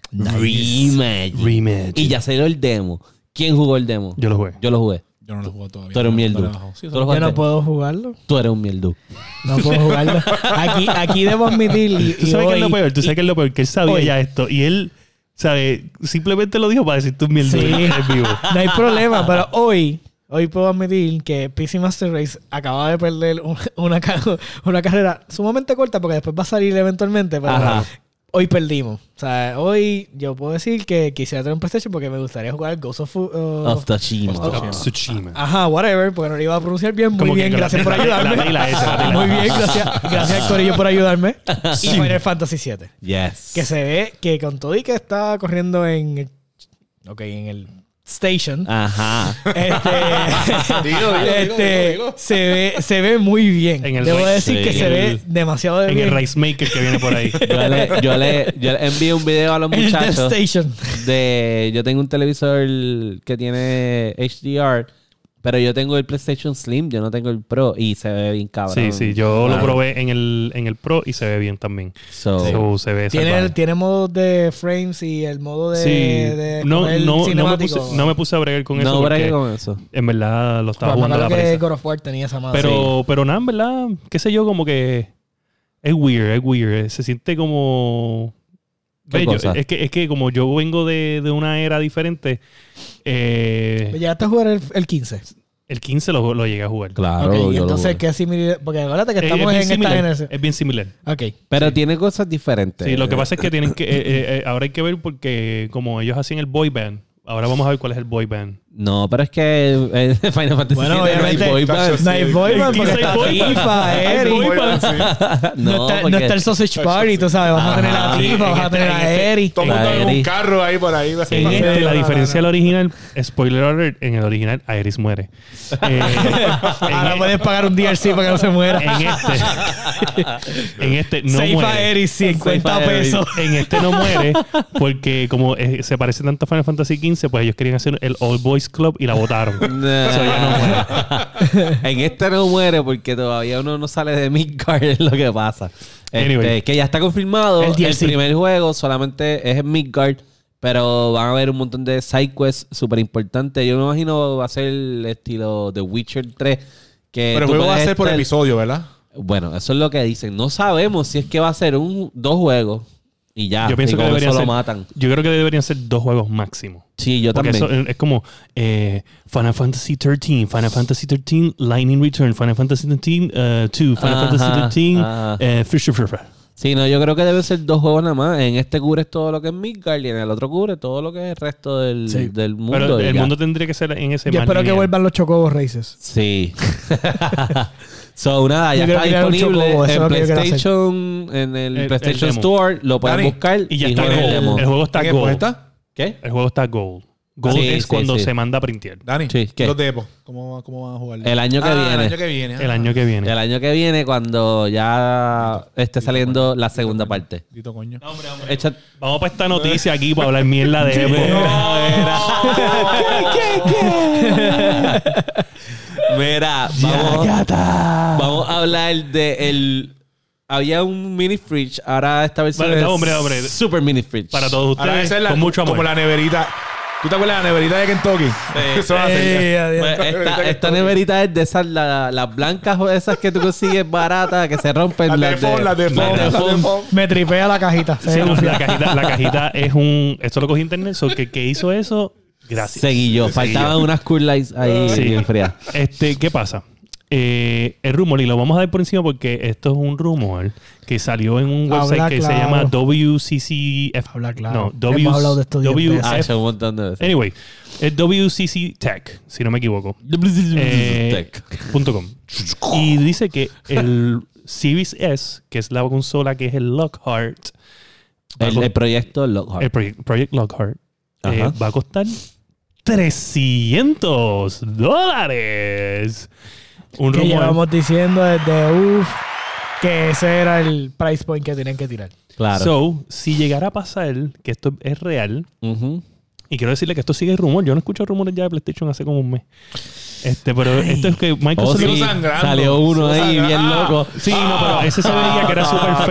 A: Remake.
C: Remake.
A: Y ya salió el demo. ¿Quién jugó el demo?
C: Yo lo jugué.
A: Yo lo jugué.
B: Yo no lo he jugado todavía.
A: Tú eres un
B: No, no
A: mierdo.
B: lo he bajado. Sí,
A: Tú
B: eso-
A: lo
D: Yo
A: jugaste.
D: no puedo jugarlo.
A: Tú eres un mierdu.
D: No puedo jugarlo. Aquí, aquí debo admitir. Y,
C: Tú
D: y
C: sabes que es lo
D: hoy-
C: peor, tú sabes que es lo peor, que él sabía
D: hoy-
C: ya esto y él, ¿sabes? Simplemente lo dijo para decir tú mierda
D: Sí.
C: en vivo.
D: No hay problema, pero hoy, hoy puedo admitir que PC Master Race acaba de perder un- una, ca- una carrera sumamente corta porque después va a salir eventualmente, pero
A: Ajá.
D: hoy perdimos. O sea, hoy yo puedo decir que quisiera tener un PlayStation porque me gustaría jugar Ghost of... uh,
A: Of Tsushima.
B: Of
C: Tsushima.
D: Ajá, whatever, porque no lo iba a pronunciar bien. Muy
C: Como que
D: bien,
C: con la-
D: gracias por
C: la- la-
D: ayudarme.
C: la- la- esa, la- la-
D: Muy bien, gracias, gracias Corillo por ayudarme. Y Final Fantasy VII.
A: Yes.
D: Que se ve que con todo y que está corriendo en. el- Ok, en el Station.
A: Ajá.
D: Este,
B: Dilo, dilo, dilo,
D: este,
B: dilo, dilo.
D: Se, ve, se ve muy bien.
C: En el
D: Debo
C: race,
D: decir
A: sí,
D: que se
C: en
D: ve
C: el-
D: demasiado de
C: En
D: bien.
C: el Rice Maker que viene por ahí.
A: Yo le, yo, le, yo le envié un video a los
D: En el Death
A: muchachos
D: Station.
A: de... Yo tengo un televisor que tiene HDR, pero yo tengo el PlayStation Slim, yo no tengo el Pro y se ve bien cabrón.
C: Sí, sí, yo lo
A: Claro.
C: probé en el, en el Pro y se ve bien también.
A: So,
C: So, se ve
D: Oh. Tiene,
C: salvaje.
D: el- tiene modos de frames y el modo de,
C: Sí.
D: de
C: no,
D: coger
C: no, no, me
D: cinemático.
C: puse, no me puse a bregar con eso
A: no
C: porque
A: bregué con eso.
C: en verdad lo estaba
D: Pues, me
C: jugando a la
D: acuerdo que
C: presa.
D: God of War tenía esa
A: Ah,
D: madre.
C: Pero, pero nada, en verdad, qué sé yo, como que es weird, es weird. eh, Se siente como...
A: ¿Qué
C: bello.
A: cosa?
C: Es que, es que como yo vengo de, de una era diferente, eh,
D: Llegaste a jugar el, el 15.
C: el 15 lo, lo llegué a jugar.
A: Claro,
D: Ok, y
A: yo lo
D: entonces,
A: jugué.
D: ¿qué similitud? Porque acuérdate que
C: Es-
D: estamos
C: Eh, es, bien
D: en esta
C: similar, Eh,
D: generación.
C: es bien similar.
D: Ok.
A: Pero tiene cosas diferentes.
C: Sí, lo que pasa es que tienen que. eh, eh, eh, ahora hay que ver porque, como ellos hacían el boy band, ahora vamos a ver cuál es el boy band.
A: No, pero es que eh, Final Fantasy VII
D: Bueno, obviamente,
A: no hay boy band.
B: Sí,
D: No hay boy band porque
C: hay
D: está
C: boy band.
D: FIFA,
C: Hay
D: Eric.
C: boy band.
D: No, está, no
A: porque-
D: está el Sausage Party, tú sabes. Vas a tener a
A: Ajá.
D: ti, vas a tener a Eric.
B: Todo el mundo en un
A: Aeris.
B: carro ahí por ahí.
C: En
D: Sí,
C: este,
D: no,
C: la
D: no,
C: diferencia del original, spoiler alert, en el original Iris muere. Eh,
D: Ahora
C: en,
D: puedes pagar un DLC para que no se muera.
C: en este, en este Eh, no
D: Save a
C: muere.
D: Eric 50
A: Save a Eric.
D: pesos.
C: En este no muere porque como eh, se parece tanto a Final Fantasy XV, pues ellos querían hacer el All Boys Club y la votaron.
A: Nah.
C: Eso ya no muere.
A: en este no muere porque todavía uno no sale de Midgard, es lo que pasa. Este,
C: Anyway.
A: Que ya está confirmado.
D: El
A: El,
D: DLC.
A: primer juego solamente es en Midgard, pero van a haber un montón de side quests súper importantes. Yo me imagino va a ser el estilo The Witcher 3. Que
B: Pero el
A: tú
B: juego va a
A: puedes
B: ser por
A: estar-
B: episodio, ¿verdad?
A: Bueno, eso es lo que dicen. No sabemos si es que va a ser un, dos juegos y ya.
C: Yo pienso
A: y
C: que
A: con
C: deberían
A: eso
C: ser,
A: lo matan.
C: Yo creo que deberían ser dos juegos máximo.
A: Sí, yo
C: Porque
A: también.
C: eso es como eh, Final Fantasy 13, Final Fantasy 13, Lightning Return, Final Fantasy 13, eh, 2, Final
A: Ajá,
C: Fantasy 13,
A: ajá.
C: eh, Fisher Fisher.
A: Sí, no, yo creo que deben ser dos juegos nada más. En este cubre todo lo que es Midgard y en el otro cubre todo lo que es el resto del,
D: Sí.
A: del mundo.
C: Pero
A: y
C: el
A: ya.
C: mundo tendría que ser en ese
D: Yo
C: más
D: espero que
C: lineal.
D: vuelvan los Chocobos Races.
A: Sí. so, nada, ya
D: Yo creo
A: está
D: que era un
A: disponible
D: chocobo, eso es
A: en
D: lo que yo quiero hacer.
A: PlayStation, en el,
C: El- el
A: PlayStation
C: demo.
A: Store. Lo pueden
B: Dani,
A: buscar
C: Y ya está
A: jueguen el demo.
C: Gold. El juego está
B: ¿Qué
C: Gold.
B: está?
A: ¿Qué?
C: El juego está Gold. Gold
A: Sí,
C: es
A: sí,
C: cuando
A: sí.
C: se manda a printear.
B: Dani,
A: Sí, ¿qué?
B: los depos. ¿Cómo, ¿Cómo van a jugar?
A: El año que
B: Ah,
A: viene.
B: El año que viene.
C: El año que viene.
A: El año que viene, cuando ya esté saliendo la segunda parte.
B: Dito coño.
A: Echa-
C: Vamos para esta noticia aquí para hablar mierda de Evo.
A: Mira, vamos, vamos a hablar de el. Había un mini fridge, ahora esta versión
C: Vale,
A: es
C: no, hombre, hombre.
A: super mini fridge.
C: Para todos
B: Ahora
C: ustedes,
B: esa es la,
C: con mucho amor.
B: como la neverita. ¿Tú te acuerdas de la neverita de Kentucky? Eso va a ser.
A: Pues, esta, esta neverita es de esas, la- las blancas o esas que tú consigues baratas, que se rompen.
B: Las de Fon, las de Fon, las de
A: Fon.
B: Fon.
D: Me tripea la cajita.
C: Sí, no, la, cajita, la cajita es un... Esto lo cogí en internet. So, que, que hizo eso, gracias.
A: Seguí yo, faltaban unas cool lights ahí
C: Sí.
A: enfriadas.
C: Este, ¿qué pasa? Eh, el rumor, y lo vamos a dar por encima porque esto es un rumor que salió en un
D: Habla
C: website que se
D: claro.
C: llama WCCF.
D: Habla claro.
C: No,
D: Hemos hablado de esto diez
C: W-
A: Ah,
D: veces.
A: eso un montón de veces.
C: Anyway, es WCC Tech, si no me equivoco. eh,
A: Tech.
C: punto com. Y dice que el Series S, que es la consola que es el Lockhart, va a
A: El,
C: cost-
A: el proyecto Lockhart.
C: el Project, Project Lockhart, eh,
A: Ajá.
C: va a costar 300 dólares. Un
D: Que
C: rumor.
D: llevamos diciendo desde uff que ese era el price point que tenían que tirar.
A: Claro.
C: So, si llegara a pasar que esto es real,
A: Ujú.
C: y quiero decirle que esto sigue el rumor, yo no escucho rumores ya de PlayStation hace como un mes. Este, pero esto es que Microsoft
A: Oh, sí,
B: Sigo sangrando.
A: Salió uno
B: Sigo
A: ahí
B: sangrando.
A: bien
B: Ah.
A: loco.
C: Sí, no, pero ese se veía que era super
A: Ah.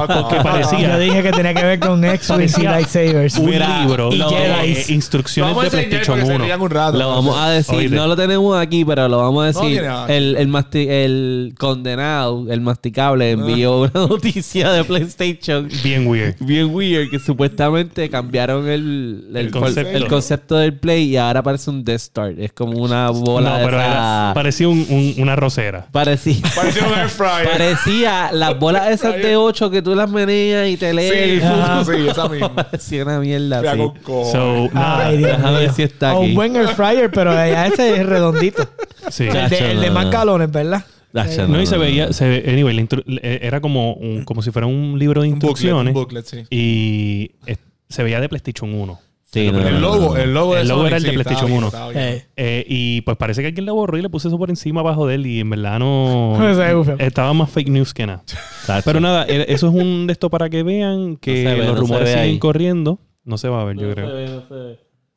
C: fake. Porque
D: Yo
C: parecía
D: dije que tenía que ver con X-Wings y
C: Parecía-
D: Lightsabers.
C: un
A: Mira,
C: libro
A: y
C: de
A: Jedi.
C: eh, instrucciones
B: Vamos a
C: de
B: enseñar porque
C: PlayStation
B: se
C: 1.
B: rían un rato.
A: Lo vamos a decir.
C: Oíste.
A: No lo tenemos aquí, pero lo vamos a decir.
B: tiene nada.
A: el, el, masti- el condenado, el masticable, envió una noticia de PlayStation
C: Bien weird.
A: bien weird que supuestamente cambiaron el, el,
C: El
A: col-
C: concepto.
A: el concepto del Play y ahora parece un Death Star. Es como una bola
C: No,
A: de
C: pero era-
A: esas-
C: parecía un- un- una rosera.
A: Parecía...
B: Parecía un air fryer.
A: Parecía las bolas esas de 8 que tú las meneas y te lees.
B: Sí,
A: el
B: justo,
A: fútbol.
B: sí, esa misma.
A: Parecía una mierda.
B: Fea
A: ah, sí.
B: con cojones.
C: So, nada.
D: Ay, Dios
A: Déjame ver
D: mío.
A: si está
D: O
A: aquí.
D: un buen air fryer, pero ya ese es redondito.
C: Sí.
D: El de, el de más calones, ¿verdad?
A: Dacha,
C: No, y se veía, se, ve- anyway, la intro- eh, era como, un- como si fuera un libro de
B: Un booklet,
C: instrucciones
B: un booklet, sí.
C: y eh, se veía de PlayStation 1.
A: Sí, no,
B: El
A: no, no,
B: logo,
A: no.
B: el logo de
C: El logo
B: Sonic,
C: era el de
B: estaba
C: PlayStation
B: bien,
C: 1.
B: estaba bien.
D: Eh,
C: Eh, y pues parece que alguien la borró y le puso eso por encima abajo de él y en verdad no...
D: Ese es ufio.
C: estaba más fake news que nada.
A: Exacto.
C: Pero nada, eh, eso es un de esto para que vean que
A: No se ve,
C: los
A: no se
C: rumores
A: ve
C: siguen
A: ahí.
C: corriendo. No se va a ver, yo creo.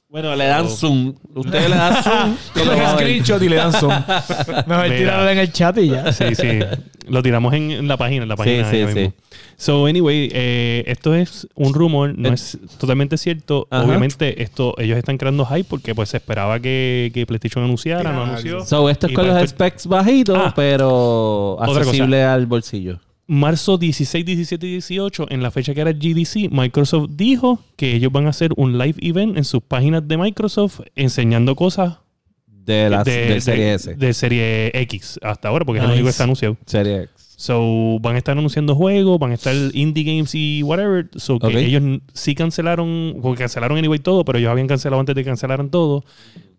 A: Bueno, le dan zoom. Ustedes le dan zoom. y lo
B: Cogen
A: van a ver.
B: screenshot y le dan zoom.
D: Mejor
C: Mira.
D: tirarlo en el chat y ya.
C: Sí, sí. Lo tiramos en, en la página, en la página.
A: sí,
C: ahí
A: sí.
C: mismo. So, anyway, eh, esto es un rumor, no
A: Eh.
C: es totalmente cierto.
A: Ajá.
C: Obviamente, esto ellos están creando hype porque pues se esperaba que, que PlayStation anunciara, no
B: Claro.
C: anunció.
A: So, esto es
C: Y
A: con
C: para
A: los
C: esto-
A: specs bajitos,
C: Ah.
A: pero
C: Otra cosa.
A: accesible al bolsillo.
C: Marzo 16, 17 y 18, en la fecha que era el GDC, Microsoft dijo que ellos van a hacer un live event en sus páginas de Microsoft enseñando cosas
A: De la del Serie
C: de-
A: S.
C: de serie X hasta ahora, porque es el único que
D: Nice.
C: está anunciado.
A: serie X.
C: So, van a estar anunciando juegos, van a estar indie games y whatever. So, que
A: Ok.
C: ellos n- sí cancelaron, o cancelaron anyway todo, pero ellos habían cancelado antes de que cancelaran todo.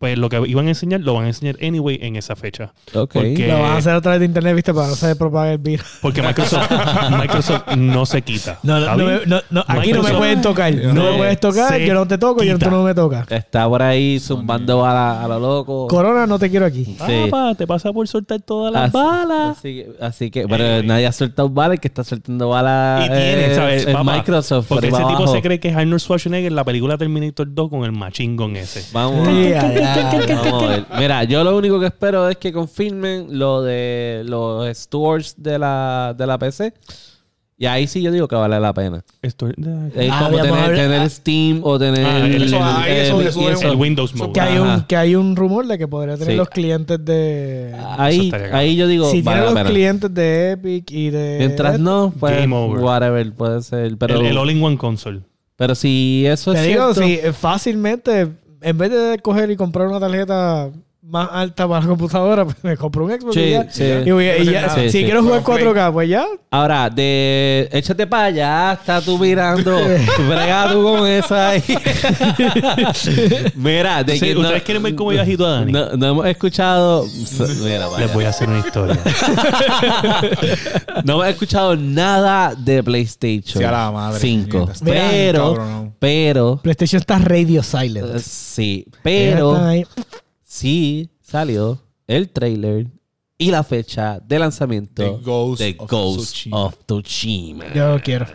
C: Pues lo que iban a enseñar, lo van a enseñar anyway en esa fecha.
A: Ok.
C: Porque-
D: Lo van a hacer a través de internet, viste, para no se propagar el virus.
C: Porque Microsoft, Microsoft no se quita.
D: No, no,
C: ¿Está
D: no,
C: bien?
D: me- no, no, aquí no me
C: Microsoft
D: pueden tocar. No me
C: se
D: puedes tocar, yo no te toco, yo
C: quita.
D: tú no me tocas.
A: Está por ahí zumbando a, la- a lo loco.
D: Corona, no te quiero aquí.
A: Sí.
C: Ah,
A: Ah,
C: Papá, te pasa por soltar todas las
A: Así-
C: balas.
A: Así, que- así que, pero nadie ha soltado balas, el que está soltando balas.
C: Eh. Y tiene,
A: es-
C: ¿sabes?
A: es
C: Papá,
A: Eh, Microsoft. por
C: Porque
A: ahí
C: ese
A: para
C: tipo
A: abajo.
C: se cree que es Arnold Schwarzenegger en la película Terminator 2 con el machingón ese.
A: Vamos a-
D: Sí, allá.
A: Vamos a ver. Mira, yo lo único que espero es que confirmen lo de los stores de la, de la PC. Y ahí sí yo digo que vale la pena.
C: Esto-
A: Es
D: Ah,
A: como
D: habíamos
A: tener,
D: habla-
A: tener Steam o tener...
C: Ah, el-
B: Eso, ahí eso
A: el-
B: le sube
A: eso.
C: el Windows
B: Eso-
C: Mode.
D: Que hay, un,
A: Ajá.
D: que hay un rumor de que podría tener
A: Sí.
D: los clientes de.
A: Ahí,
C: Eso estaría
A: ahí yo digo,
D: si
A: vale
D: tiene
A: la
D: los
A: pena.
D: clientes de Epic y de.
A: Mientras no, pues,
C: Game over.
A: whatever, puede ser. Pero,
C: el, el all-in-one console.
A: pero si eso
D: Te
A: es
D: digo,
A: cierto...
D: si eh, fácilmente, en vez de coger y comprar una tarjeta más alta para la computadora, pues me compro un Xbox
A: Sí,
D: y ya.
A: sí.
D: Y voy- y
B: No sé
D: ya,
B: nada.
A: Sí,
D: si
A: sí.
D: quiero jugar
B: Juega Play.
D: 4K, pues ya.
A: Ahora, de échate para allá, está tú mirando, brega tú con esa ahí. Mira, de
C: Ustedes-
A: que no-
C: ustedes quieren ver cómo yo agito a Dani.
A: No, no hemos escuchado. Mira, vaya.
C: Les voy a hacer una historia.
A: No hemos escuchado nada de PlayStation
B: Sí, a la madre,
A: 5.
B: puñetas.
D: Mira,
A: Pero,
B: cabrón.
A: pero,
D: PlayStation está radio
A: eh,
D: silent.
A: sí,
D: Están
A: pero
D: ahí.
A: sí salió el trailer y la fecha de lanzamiento
B: The Ghost
A: de
B: of
A: Ghost
B: Tsushima. Ah,
A: of Tsushima.
D: Yo lo quiero.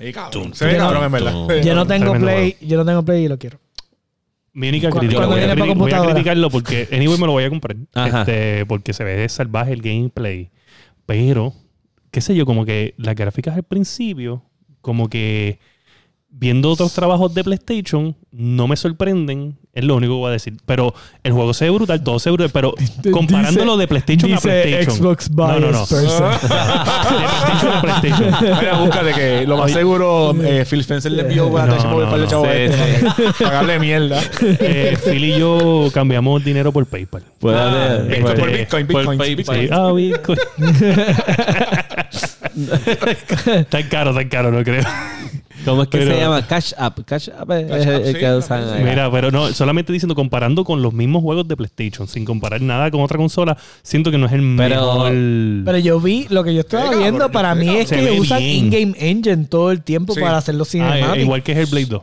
B: Eh, cabrón. Se ve cabrón, en verdad.
D: Yo no tengo
C: Tremendo
D: Play, yo no tengo Play y lo quiero.
A: Mm.
C: Mi única
D: Cuando-
C: crítica.
D: cuando
C: Voy a,
D: viene pa'
C: criti- voy a
D: computadora.
C: criticarlo porque anyway me lo voy a comprar.
A: Ajá.
C: Este, porque se ve salvaje el gameplay. Pero, qué sé yo, como que las gráficas al principio, como que viendo otros trabajos de PlayStation, no me sorprenden. Es lo único que voy a decir. Pero el juego se ve brutal, todo se ve brutal. Pero comparándolo de PlayStation a
D: Dice
C: PlayStation.
D: Xbox
C: no, no, no.
D: bias person.
C: De PlayStation a PlayStation.
B: Mira, búscate que lo más seguro eh, Phil Spencer le envió para
C: No, no,
B: el
C: no.
B: chavo
C: Sí,
B: este, para que- pagarle mierda.
C: Eh, Phil y yo cambiamos dinero por PayPal.
A: Puede
B: Ah,
A: haber-
B: Bitcoin,
C: Pues,
A: puede-
B: por Bitcoin, Bitcoin,
A: por PayPal.
C: Sí. Ah, Bitcoin. Ah, tan caro, tan caro, no creo.
A: ¿Cómo es que
C: Pero-
A: se llama? Cash App. Cash App es
B: Cash
A: el,
B: App,
A: el
B: sí,
A: que usan
B: también,
A: ahí.
C: Mira, pero no, solamente diciendo, comparando con los mismos juegos de PlayStation, sin comparar nada con otra consola, siento que no es el
A: Pero-
C: mejor.
D: Pero yo vi, lo que yo estaba
B: Sí, cabrón,
D: viendo, para
B: sí,
D: mí es
C: Se
D: que
C: ve
D: le usan
C: bien.
D: in-game engine todo el tiempo
B: Sí.
D: para hacer
C: Ah,
D: los
C: eh,
D: cinemáticos.
C: igual que es el Blade 2.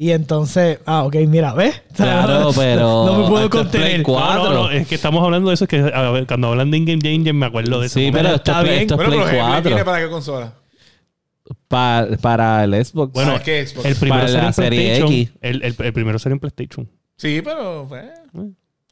D: Y entonces, ah, ok, mira, ¿ves?
A: Claro, pero-
D: No me puedo
A: Esto es
D: contener.
A: Play cuatro.
C: Ah, No, no, no, es que estamos hablando de eso, es que a ver, cuando hablan de In-Game Engine me acuerdo de eso.
A: sí,
C: Como-
A: pero esto,
D: está
A: es Play-
D: bien.
A: esto es
B: Bueno, pero
A: Play
B: Play
A: 4.
B: viene para qué consola?
A: Pa- para el Xbox.
C: Bueno,
B: Ah, ¿qué Xbox?
C: el primero
A: Para
C: salió
A: la
C: en
A: serie
C: PlayStation.
A: X.
C: El, el- el primero salió en PlayStation.
B: Sí, pero pues,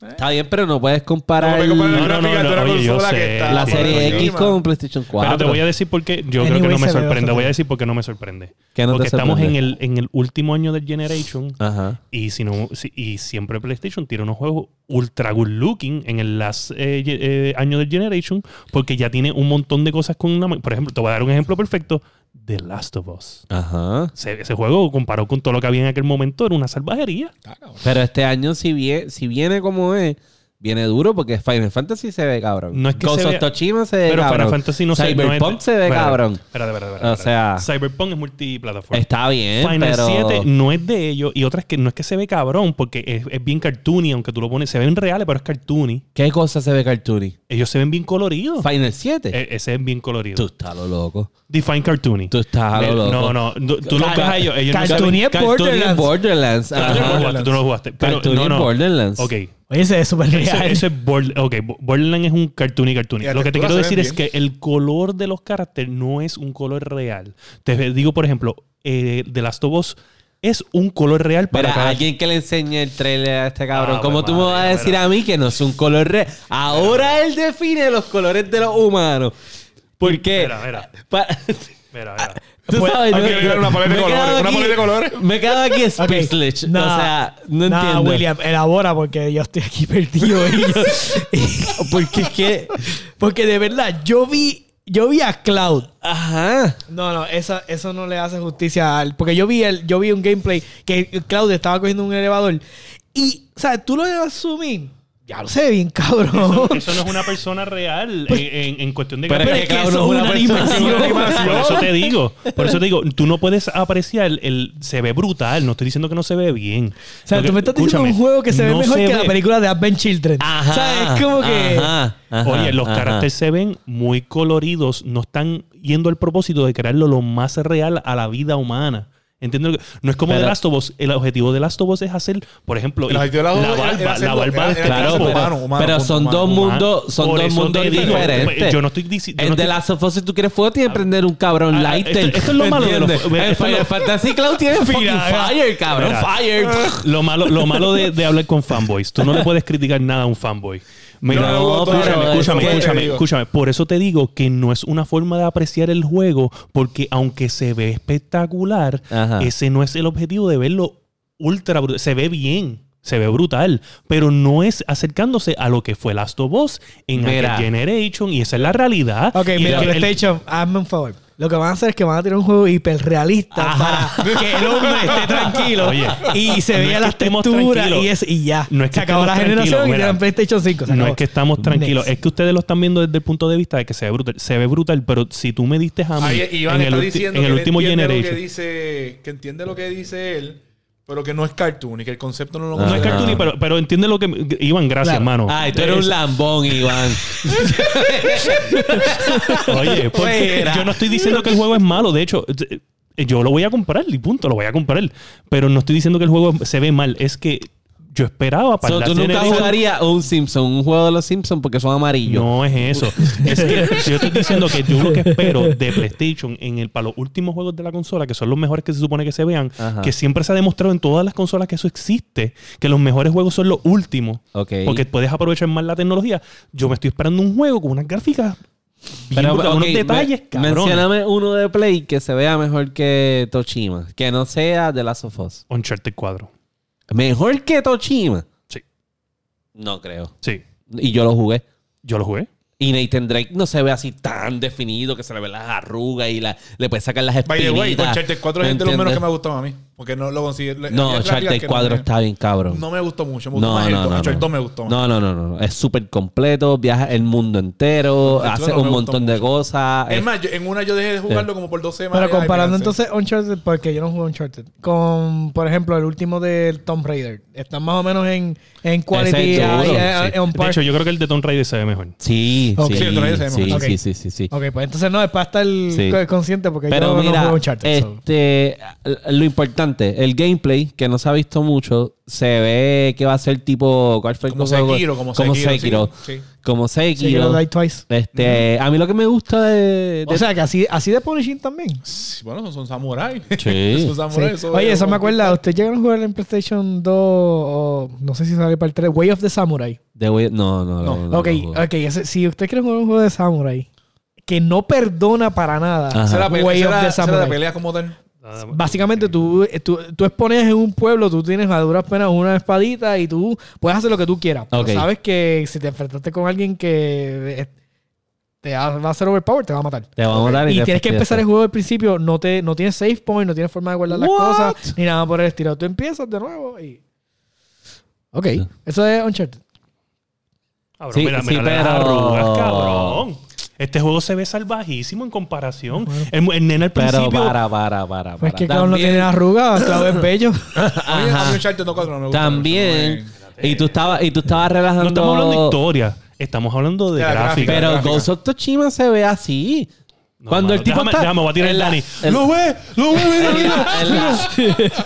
A: Está bien, pero no puedes comparar
B: no me
A: el-
C: no,
B: comparar
C: no,
B: la gráfica
C: no,
B: de una
C: oye, yo
B: consola
C: sé,
B: que está
A: la
C: Ah,
A: serie
C: bueno,
A: X
B: encima.
A: con PlayStation 4.
C: Pero te voy a decir por qué yo creo que
D: Anyway,
C: no me
D: se ve
C: sorprende.
D: bastante
C: Voy a
D: bien.
C: decir por qué no me sorprende.
A: ¿Qué no te
C: Porque estamos en
A: sorprende?
C: el, en el último año del Generation
A: Ajá.
C: y, si no, si- y siempre PlayStation tiene unos juegos ultra good looking en el last eh, ye- eh, año del Generation porque ya tiene un montón de cosas con una... ma- Por ejemplo, te voy a dar un ejemplo perfecto. The Last of Us.
A: Ajá.
C: Se- ese juego comparado con todo lo que había en aquel momento era una salvajería.
B: Ah, cabrón.
A: Pero este año, si, vie- si viene como es, viene duro porque Final Fantasy se ve cabrón.
C: No es que
A: Ghost
C: se
A: of
C: vea-
A: Tsushima se ve
C: Pero
A: cabrón.
C: Final Fantasy no se- no es-
A: Cyberpunk se ve
C: Espérate,
A: cabrón.
C: Espérate, espérate,
A: O
C: espérate,
A: sea-
C: espérate. Cyberpunk es multiplataforma.
A: Está bien,
C: Final
A: pero...
C: 7 no es de ellos y otra es que no es que se ve cabrón porque es, es bien cartoony, aunque tú lo pones, se ven reales, pero es cartoony.
A: ¿Qué cosa se ve cartoony?
C: Ellos se ven bien coloridos.
A: Final 7.
C: Eh, E- ese es bien colorido.
A: Este. Tú estás lo loco.
C: Define Cartoony.
A: Tú estás a lo
C: Eh,
A: loco.
C: No, no. Tú tú los
A: Car-
C: ves a ellos. ellos no
D: Cartoon
C: saben-
D: Cartoony es
A: Cartoony es
D: Borderlands.
A: Borderlands.
C: Tú no
A: Ajá.
C: jugaste, Tú no jugaste. Pero,
A: Cartoony
C: no,
A: es
C: no.
A: Borderlands.
C: Ok.
D: Oye, ese es súper
C: Eso,
D: real.
C: eso es Bord- ok, Bo- Borderlands es un cartoon y cartoon.
B: Y la
C: Lo que te
B: textura
C: quiero
B: se
C: decir
B: ven
C: es que el color de los caracteres no es un color real. Te digo, por ejemplo, eh, The Last of Us es un color real para
A: Para
C: cada-
A: alguien que le enseñe el trailer a este cabrón,
C: Ah,
A: ¿cómo
C: pues,
A: tú me vas a
C: madre,
A: decir
C: pero-
A: a mí que no es un color real? Ahora él define los colores de los humanos. ¿Por qué?
C: Mira, mira.
A: Pa-
C: Espera, espera.
A: Tú sabes,
B: hay que ver una paleta de
A: me he quedado
B: colores, una
A: aquí-
B: paleta de colores.
A: Me he quedado aquí
D: Ok,
A: speechless.
D: nah,
A: o sea, no
D: nah,
A: entiendo.
D: William, elabora porque yo estoy aquí perdido. y yo-
A: Porque es que...
D: porque de verdad, yo vi, yo vi a Cloud.
A: Ajá.
D: No, no, esa- eso no le hace justicia al. Porque yo vi el, yo vi un gameplay que Claudio estaba cogiendo un elevador. Y, o sea, tú lo asumí. Ya lo sé bien, cabrón.
C: Eso, eso no es una persona real en, en- en cuestión de
A: Pero es
C: Pero
A: que
C: es
A: Cloud
C: eso
A: no es
C: es
A: una
C: animación.
B: persona. Es una animación.
C: Por eso te digo. Por eso te digo, tú no puedes apreciar el se ve brutal, no estoy diciendo que no se ve bien.
D: O sea, tú me estás diciendo un juego que se ve mejor que la película de Advent Children.
A: Ajá.
D: o sea, es como que.
A: ajá, ajá,
C: Oye, los
A: ajá.
C: caracteres se ven muy coloridos, no están yendo al propósito de crearlo lo más real a la vida humana. ¿Entiendes? lo que- No es como
A: Pero-
C: The Last of Us. El objetivo de Last of Us es hacer, por ejemplo,
B: El objetivo de Last of
C: la
B: Us era-
C: barba,
B: era
C: la
B: hacerlo-
C: barba de
B: era-
C: este
B: era
A: Claro,
B: Claro,
A: pero,
C: tipo.
B: humano, humano,
A: pero
B: punto,
A: son
B: humano,
A: dos
C: humano.
A: mundos, son
C: Por
A: dos
C: eso
A: mundos
C: te digo,
A: diferentes.
C: yo no estoy dici- yo
A: El
C: no
A: de
C: estoy-
A: Last of Us, si tú quieres fuego, tienes que prender un cabrón
C: ah,
A: lighter.
C: esto- esto es lo
A: ¿me
C: malo de los-
A: entiendes?
C: esto
A: El
C: es lo-
A: Final Fantasy Cloud tiene fucking
C: Mira,
A: fire, cabrón.
C: mira. Ah,
A: Fire.
C: Lo malo, lo malo de, de hablar con fanboys. Tú no le puedes criticar nada a un fanboy. Mira,
B: No, no,
C: escúchame,
B: no, no, eso
C: escúchame,
B: es lo que te
C: escúchame,
B: digo.
C: escúchame. Por eso te digo que no es una forma de apreciar el juego, porque aunque se ve espectacular,
A: Ajá.
C: ese no es el objetivo de verlo ultra brutal. Se ve bien. Se ve brutal, pero no es acercándose a lo que fue Last of Us en
A: Mira.
C: aquel Generation y esa es la realidad.
D: Ok,
C: Y
D: mira,
C: el- el-
D: PlayStation, hazme un favor. Lo que van a hacer es que van a tirar un juego hiperrealista para que el hombre esté tranquilo
C: Oye,
D: y se
C: no es
D: vea
C: que
D: las
C: estemos
D: texturas
C: tranquilos.
D: y, es, y ya.
C: No es que
D: se acabó
C: estemos
D: la generación y
C: tranquilos,
D: tiran
C: mira.
D: PlayStation 5. se
C: No
D: acabó.
C: es que estamos tranquilos,
D: Next.
C: es que ustedes lo están viendo desde el punto de vista de que se ve brutal. Se ve brutal, pero si tú me diste a mí
B: Ahí Iván
C: en, el
B: está
C: ulti-
B: diciendo
C: en el
B: que él
C: último
B: entiende lo
C: Generation.
B: Que, dice, que entiende lo que dice él, pero que no es cartoon y que el concepto no lo
C: No es
A: Ajá.
C: cartoon, pero, pero entiende lo que. Iván, gracias,
D: Claro.
C: hermano.
A: Ah. Ay, tú eres un lambón, Iván.
C: Oye, porque
A: Fuera.
C: yo no estoy diciendo que el juego es malo. De hecho, eh, yo lo voy a comprar y punto, lo voy a comprar. Pero no estoy diciendo que el juego se ve mal. Es que yo esperaba para
A: So,
C: la
A: tú nunca
C: Generation-
A: jugarías un Simpson, un juego de los Simpsons, porque son amarillos.
C: No es eso. Es que yo estoy diciendo que yo lo que espero de PlayStation en el, para los últimos juegos de la consola, que son los mejores que se supone que se vean,
A: Ajá.
C: que siempre se ha demostrado en todas las consolas que eso existe, que los mejores juegos son los últimos.
A: Ok.
C: Porque puedes aprovechar más la tecnología. Yo me estoy esperando un juego con unas gráficas. bien
A: Pero,
C: brutales,
A: ok,
C: unos detalles,
A: men-
C: cabrón.
A: Mencióname uno de Play que se vea mejor que Toshima. Que no sea de Last of Us.
C: Uncharted 4.
A: ¿Mejor que Toshima?
C: Sí.
A: No creo.
C: Sí.
A: Y yo lo jugué.
C: Yo lo jugué.
A: Y Nathan Drake no se ve así tan definido que se le ven las arrugas y la, le puede sacar las
B: By the
A: espinitas.
B: way, con Charter 4 es
A: ¿Me
B: de los menos
A: entiendes?
B: que me ha gustado a mí. Porque no lo conseguí. la-
A: No,
B: la- la- la-
A: Charter
B: que
A: 4
B: no me-
A: está bien cabrón.
B: No me gustó mucho. Me gustó
A: No,
B: más el
A: no,
B: 2.
A: no,
B: Uncharted
A: no.
B: 2 me gustó.
A: No, no, no, no, no. Es súper completo, viaja el mundo entero,
B: Uncharted
A: hace
B: no me
A: un
B: gustó
A: montón de cosas.
B: Es
A: Es-
B: más, yo- en una yo dejé de jugarlo como por dos semanas.
D: Pero
B: Ay,
D: comparando
B: espérense.
D: entonces Uncharted, porque yo no jugué Uncharted, con, por ejemplo, el último del Tomb Raider. Están más o menos en, en quality,
A: Ese es duro,
D: ahí, eh,
A: sí.
D: on
C: De
D: par.
C: hecho, yo creo que el de Tomb Raider se ve mejor.
A: Sí,
D: Ok.
A: sí,
D: Sí,
A: sí,
B: el trailer se ve
A: sí,
D: mejor.
A: sí,
D: Ok.
A: sí, sí, sí.
D: ok, pues entonces no, es para estar
A: Sí.
D: co- consciente porque
A: Pero
D: yo no
A: mira,
D: jugué Uncharted. so.
A: este, lo importante, el gameplay, que no se ha visto mucho, se ve que va a ser tipo... ¿Cuál fue el
B: Como
A: juego?
B: Sekiro, como Sekiro, sí, sí.
A: Como
D: Sí, yo lo
A: Sekiro.
D: doy twice.
A: Este, a mí lo que me gusta de, de-
D: O sea, que así, así de punishing también.
B: Sí, Bueno, son, son samuráis.
A: Sí.
B: son samuráis.
D: Sí. Oye, eso me acuerda. Ustedes llegaron a jugar en PlayStation 2 o no sé si sale para el 3. Way of the Samurai.
A: de Way- no, no, no.
B: No.
A: no,
D: ok,
A: no juego.
D: ok. ese- si ustedes quieren jugar un juego de Samurai que no perdona para nada
A: Ajá.
B: Será
D: Way of the
B: la
D: Samurai.
B: pelea como tal.
D: Básicamente tú, eh, tú, tú expones en un pueblo, tú tienes a duras penas una espadita y tú puedes hacer lo que tú quieras. Pero
A: Ok.
D: sabes que si te enfrentaste con alguien que eh, te va va a hacer overpower, te va a matar.
A: Te vamos a dar
D: Y tienes que empezar el juego del principio. No, te, no tienes save point, no tienes forma de guardar
A: What?
D: las cosas, ni nada por el estilo. Tú empiezas de nuevo y. Ok.
A: Sí.
D: Eso es Uncharted. Pues
C: Cabrón,
A: Sí,
C: mira,
A: sí,
C: mira las
A: pero-
C: arrugas, cabrón. Este juego se ve salvajísimo en comparación. El, el nene al
A: Pero
C: principio.
A: para, para, para.
D: Pues
A: para.
D: es que cabrón no
A: También-
D: tiene arrugas, claro, es bello.
B: A mí- A mí Uncharted no 4 no me gusta.
A: También. Y tú estabas, y tú estabas relajando.
C: No estamos hablando de historia, estamos hablando de
B: De la
C: gráfica.
B: gráfica.
A: Pero Ghost of Tsushima se ve así.
C: No,
A: Cuando
C: mano,
A: el tipo
C: déjame-
A: está-
C: déjame, voy a tirar el
A: en la-
C: Dani.
A: en-
B: ¡Lo ve! ¡Lo ve! mira,
A: en,
B: mira!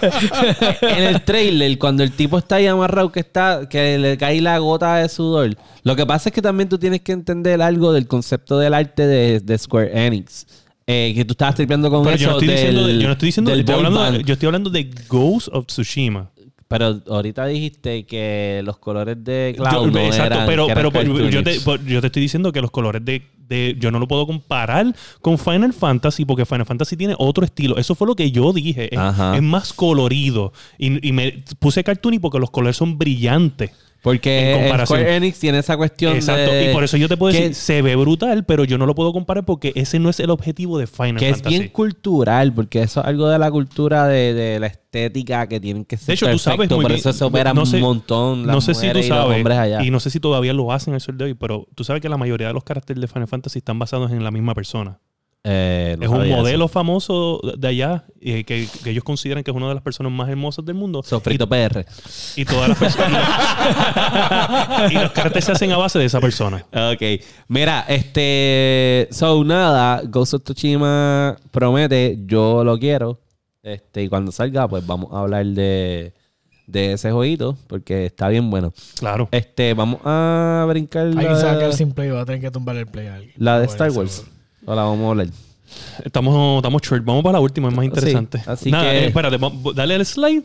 A: la- en la- en el trailer, cuando el tipo está ahí amarrado, que está, que le cae la gota de sudor. Lo que pasa es que también tú tienes que entender algo del concepto del arte de, de Square Enix. Eh, que tú estabas tripeando con
C: Pero
A: eso.
C: yo no estoy diciendo, de-
A: del-
C: yo no estoy diciendo,
A: del
C: estoy
A: boy
C: hablando,
A: band.
C: yo estoy hablando de Ghost of Tsushima.
A: Pero ahorita dijiste que los colores de
C: Yo-
A: Cloud no
C: exacto,
A: eran-
C: pero,
A: que eran
C: pero por-
A: cartoonish.
C: yo, te, por- yo te estoy diciendo que los colores de, de- Yo no lo puedo comparar con Final Fantasy porque Final Fantasy tiene otro estilo. Eso fue lo que yo dije. Es,
A: Ajá.
C: es más colorido. Y, y me puse cartoony porque los colores son brillantes. en
A: Porque
C: comparación.
A: Square Enix tiene esa cuestión
C: Exacto.
A: de-
C: y por eso yo te puedo
A: que-
C: decir, se ve brutal, pero yo no lo puedo comparar porque ese no es el objetivo de Final
A: Que es
C: Fantasy.
A: bien cultural, porque eso es algo de la cultura de, de la estética que tienen que ser.
C: De hecho, tú sabes
A: perfecto,
C: muy
A: Por
C: bien-
A: eso se opera
C: no sé-
A: un montón las
C: no sé si tú
A: mujeres y los
C: sabes,
A: hombres allá.
C: y no sé si todavía lo hacen al sol de hoy, pero tú sabes que la mayoría de los caracteres de Final Fantasy están basados en la misma persona.
A: Eh, no
C: es un
A: sabía
C: modelo famoso de allá eh, que, que ellos consideran que es una de las personas más hermosas del mundo.
A: eso. Sofrito PR.
C: Y todas las personas. y los caracteres se hacen a base de esa persona.
A: Ok. Mira, este. So, nada, Ghost of Tsushima promete, yo lo quiero. Este, y cuando salga, pues vamos a hablar de, de ese jueguito, porque está bien bueno.
C: Claro.
A: Este, vamos a brincar
D: Alguien se va a
A: la,
D: quedar sin play, va a tener que tumbar el play a alguien.
A: la de
D: Bueno,
A: Star
D: seguro.
A: Wars. O la vamos a hablar.
C: Estamos, estamos short. Vamos para la última, es más interesante.
A: Sí, así
C: Nada,
A: que-
C: eh, espérate, va- va- dale al slide.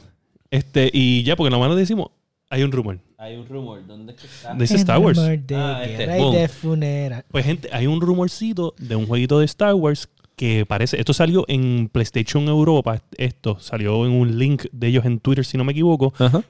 C: Este, y ya, porque nomás nos decimos, hay un rumor.
A: Hay un rumor. ¿Dónde es que está?
C: Dice Star Wars.
A: Ah, este,
D: Rey
A: boom.
D: de funera.
C: Pues, gente, hay un rumorcito de un jueguito de Star Wars que parece. Esto salió en PlayStation Europa. Esto salió en un link de ellos en Twitter, si no me equivoco.
A: Ajá.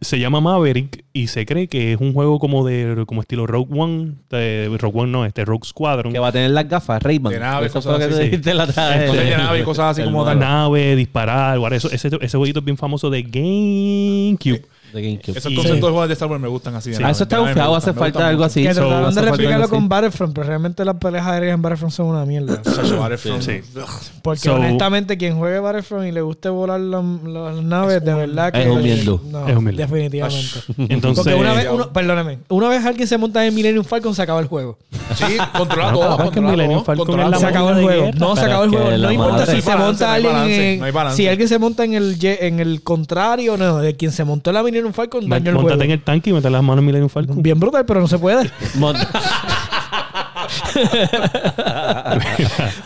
C: se llama Maverick y se cree que es un juego como de como estilo Rogue One, de- Rogue One no, este Rogue Squadron.
A: Que va a tener las gafas, Rayman.
B: De nave,
A: Eso fue
B: cosas
A: lo que
B: así,
A: tú
C: sí.
A: dijiste la otra vez.
B: Entonces, de nave y cosas así
A: El
B: como
A: mono.
B: tal.
C: Nave, disparar, guarda, eso- ese, ese jueguito es bien famoso de GameCube.
A: De GameCube.
B: Esos
C: Y-
B: conceptos de juegos de Star Wars me gustan así. de
A: Ah,
B: nave.
A: eso está
B: De nave me
A: bufado.
B: gustan,
A: Hace
B: me
A: falta
B: gustan
A: algo
B: mucho.
A: así.
D: que
A: So,
D: trataron
A: hace
D: de
A: falta
D: replicarlo
A: algo así.
D: con Battlefront, pero realmente las peleas aéreas en Battlefront son una mierda.
B: Sacho, Battlefront.
C: Sí.
B: Ugh.
D: Porque
C: So-
D: honestamente, quien juegue Battlefront y le guste volar la- las naves, de verdad que.
A: es un mierdo.
D: No,
C: Es un mierdo.
D: definitivamente.
C: Entonces,
D: Porque una vez, uno- perdóname, una vez alguien se monta en Millennium Falcon, se acaba el juego.
B: Sí, controla
C: No,
B: todo.
C: capaz que
B: controla
C: Millennium
B: todo,
C: Falcon
B: controla
C: es la
D: se
B: todo.
C: moda
D: acabó el
C: de
D: juego.
C: guerra.
D: No, se
A: Pero
D: acabó el
A: es que
D: juego.
A: la
D: No
A: madre-
D: importa
A: No
D: si
A: hay
D: se
B: balance,
D: monta
B: no hay
D: alguien
B: balance,
D: en-
B: no hay balance.
D: Si alguien se monta en el. ye- En el contrario, no. De quien se montó en la Millennium Falcon, dañó el juego.
C: montate en el tanque y mete las manos en Millennium Falcon.
D: Bien brutal, pero no se puede.
A: Monta-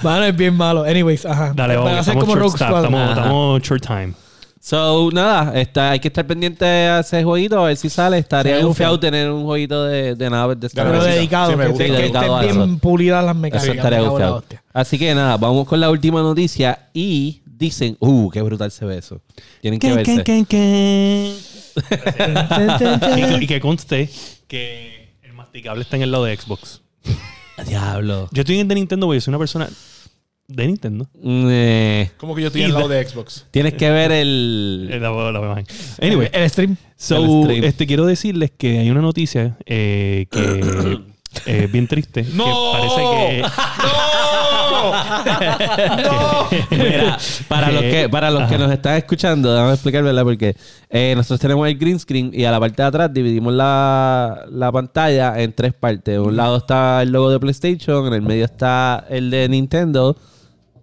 D: Mano, es bien malo. Anyways, ajá.
C: Dale,
D: Para
C: vamos,
D: hacer
C: estamos
D: como
C: short,
D: Rogue
C: staff,
D: Squadron.
C: estamos,
A: Ajá.
C: estamos short time.
A: So, nada, está, hay que estar pendiente a ese jueguito, a ver si sale. Estaría
D: Sí,
A: bufiado tener un jueguito de, de naves de Star
D: Pero
A: Wars.
B: Claro,
D: dedicado,
B: sí me
D: que,
B: gusta.
D: te- que
A: Dedicado a
D: estén bien
A: eso.
D: pulidas las
A: Eso
D: mecánicas.
A: estaría
D: me cago en la
A: bufiado.
D: hostia.
A: Así que nada, vamos con la última noticia. Y dicen, uh, qué brutal se ve eso. Tienen que
C: Can,
A: verse.
C: can, can, can. Y que- y que conste que el masticable está en el lado de Xbox.
A: Diablo.
C: Yo estoy en de Nintendo, porque yo soy una persona de Nintendo.
A: Eh,
B: Como que yo estoy
C: Y
B: al lado
C: de-
B: de Xbox.
A: tienes que ver el...
C: Eh, la- la- la- Anyway,
D: El stream.
A: El
C: So,
A: stream.
C: este, quiero decirles que hay una noticia eh, que eh, es bien triste.
B: ¡No!
C: Que parece
A: Mira, para
C: Eh,
A: los que, para los que nos están escuchando, déjame explicar, ¿verdad? Porque eh, nosotros tenemos el green screen y a la parte de atrás dividimos la, la pantalla en tres partes. De un lado está el logo de PlayStation, en el medio está el de Nintendo,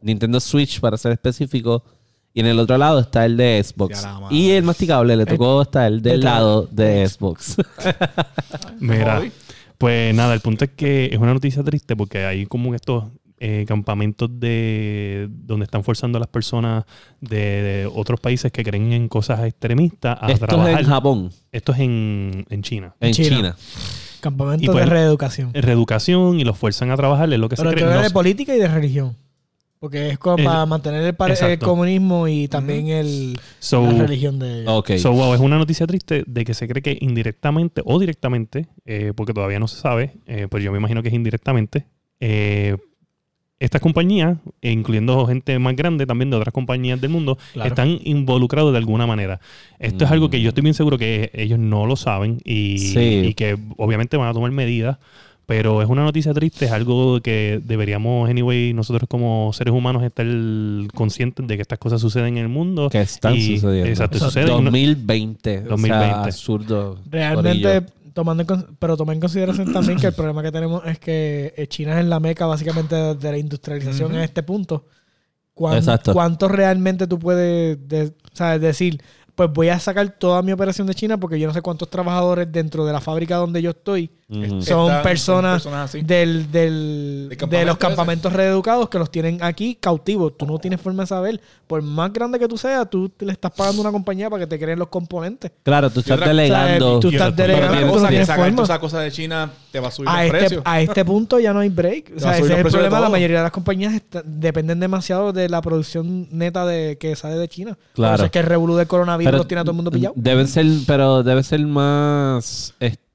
A: Nintendo Switch para ser específico, y en el otro lado está el de Xbox.
B: Ya la madre.
A: Y el masticable le tocó estar del
D: el-
A: lado de Xbox.
C: que. Mira, pues nada, el punto es que es una noticia triste porque hay como estos eh, campamentos de donde están forzando a las personas de, de otros países que creen en cosas extremistas a
A: Esto
C: trabajar.
A: es en Japón,
C: Esto es en, en China.
A: en China.
D: China.
C: Y
D: Campamento
C: pues-
D: de reeducación.
C: Reeducación y los fuerzan a trabajar, es lo que
D: Pero
C: se
D: te
C: cree.
D: hablo
C: No
D: de
C: sé.
D: política y de religión. Porque es como para
C: El-
D: mantener el, pare- el
C: exacto.
D: comunismo y también el,
C: So,
D: la religión de ellos.
A: Ok.
C: So, wow, es una noticia triste de que se cree que indirectamente o directamente, eh, porque todavía no se sabe, eh, pero yo me imagino que es indirectamente, eh, estas compañías, e incluyendo gente más grande también de otras compañías del mundo,
D: Claro.
C: están involucrados de alguna manera. Esto es algo que yo estoy bien seguro que ellos no lo saben y,
A: Mm. Sí.
C: y que obviamente van a tomar medidas. Pero es una noticia triste, es algo que deberíamos, anyway, nosotros como seres humanos estar conscientes de que estas cosas suceden en el mundo.
A: que están
C: Y-
A: sucediendo.
C: Exacto,
D: Exacto.
C: suceden. y no-
A: 2020.
C: 2020.
A: O sea, absurdo.
D: Realmente tomando en con- pero tomé en consideración también que el problema que tenemos es que eh, China es la meca básicamente de de la industrialización en este punto. ¿Cuán-
A: Exacto.
D: ¿Cuánto realmente tú puedes de- sabes, decir? Pues voy a sacar toda mi operación de China porque yo no sé cuántos trabajadores dentro de la fábrica donde yo estoy
C: Mm.
A: Ujú.
D: son personas
B: así.
D: del, del-
B: De
D: de
B: campamento
D: los
B: ese.
D: campamentos reeducados que los tienen aquí cautivos. Tú no tienes forma de saber. Por más grande que tú seas, tú te- le estás pagando a una compañía para que te creen los componentes.
A: Claro, tú estás
B: otra-
A: delegando.
D: O sea, tú
B: Y
D: estás
B: otra-
D: delegando,
B: otra
D: tú
B: cosa,
D: no
B: que
D: tienes
B: sacar
D: forma.
B: todas esas cosas de China te va a subir
D: A
B: el
D: este,
B: precio.
D: a este punto ya no hay break. O
B: va a
D: sea,
B: subir
D: ese
B: los
D: es el
B: precios de
D: problema. La
B: todo.
D: mayoría de las compañías está- dependen demasiado de la producción neta de que sale de China. Por
A: Claro.
D: eso es que el revolú del coronavirus
A: Pero
D: los tiene a todo el mundo pillado.
A: Debe ser, pero debe ser más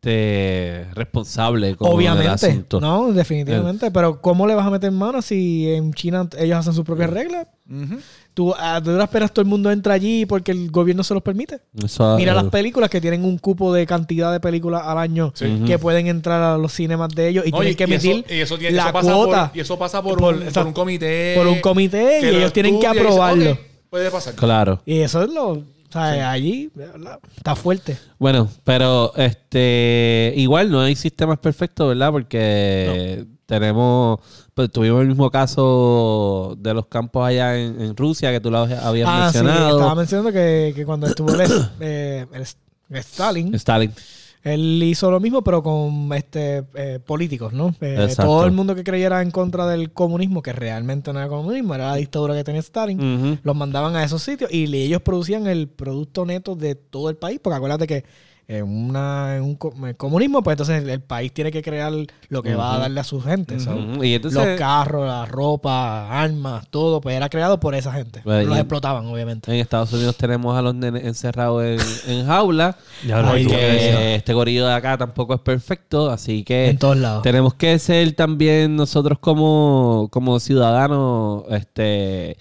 A: este responsable con el
D: Obviamente,
A: asunto.
D: no, definitivamente. Pero ¿cómo le vas a meter mano si en China ellos hacen sus propias reglas?
B: Ujú.
D: Tú a duras penas todo el mundo entra allí porque el gobierno se los permite.
A: Eso- eh,
D: Mira las películas que tienen un cupo de cantidad de películas al año
B: Sí.
D: que pueden entrar a los cinemas de ellos y
B: No,
D: tienen que
B: eso-
D: emitir
B: y eso tiene-
D: la
B: eso pasa
D: cuota
B: Por, y eso pasa por,
D: Por-
B: un,
D: exacto.
B: por un comité.
D: por un comité
B: que
D: y
B: lo
D: ellos tienen que
B: estudia y dice,
D: aprobarlo.
B: "Ok, puede pasar.
A: Claro.
D: Y eso es lo. O sea, allí ¿verdad? está fuerte.
A: Bueno, pero este igual no hay sistemas perfectos, ¿verdad? Porque tenemos pues, tuvimos el mismo caso de los campos allá en, en Rusia que tú lo habías
D: Ah, sí, estaba
A: mencionado.
D: mencionando que, que cuando estuvo el, eh, el Stalin,
A: Stalin.
D: Él hizo lo mismo, pero con este eh, políticos, ¿no? Eh,
A: Exacto.
D: todo el mundo que creyera en contra del comunismo, que realmente no era comunismo, era la dictadura que tenía Stalin,
A: Ujú.
D: los mandaban a esos sitios y le- ellos producían el producto neto de todo el país, porque acuérdate que en, una, en un co- en comunismo, pues entonces el, el país tiene que crear lo que va a
A: Ujú.
D: darle a su gente.
B: Ujú.
D: ¿sabes?
A: Ujú. Y
D: Los
A: entonces
D: carros, la ropa, armas, todo, pues era creado por esa gente.
A: Bueno,
D: los
A: Pues, y-
D: explotaban, obviamente.
A: en Estados Unidos tenemos a los nenes encerrados en, en jaula.
C: Ya lo
D: Ay,
C: tuve
A: porque
C: que decir.
A: este gorillo de acá tampoco es perfecto, así que
D: En todos lados.
A: tenemos que ser también nosotros como, como ciudadanos, este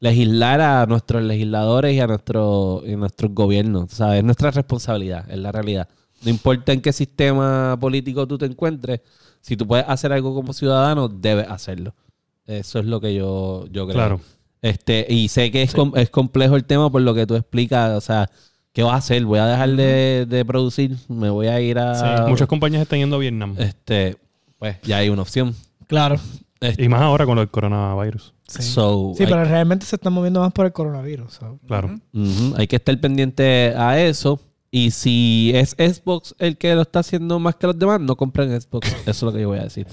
A: legislar a nuestros legisladores y a nuestro, y a nuestros gobiernos. O sea, es nuestra responsabilidad, es la realidad. No importa en qué sistema político tú te encuentres, si tú puedes hacer algo como ciudadano, debes hacerlo. Eso es lo que yo, yo creo.
C: Claro.
A: Este, y sé que es, com- es complejo el tema por lo que tú explicas, o sea, ¿qué vas a hacer? ¿Voy a dejar de, de producir? ¿Me voy a ir a...?
D: Ah,
C: Sí, Muchas compañías están yendo a Vietnam.
D: Eh,
A: Este, pues ya hay una opción. Este,
D: Claro.
C: Y más ahora con el coronavirus.
D: Sí.
A: So,
D: Sí,
A: hay,
D: pero realmente se están moviendo más por el coronavirus. ¿sabes?
C: Claro.
A: Ujú, hay que estar pendiente a eso. Y si es Xbox el que lo está haciendo más que los demás, no compren Xbox. Eso es lo que yo voy a decir.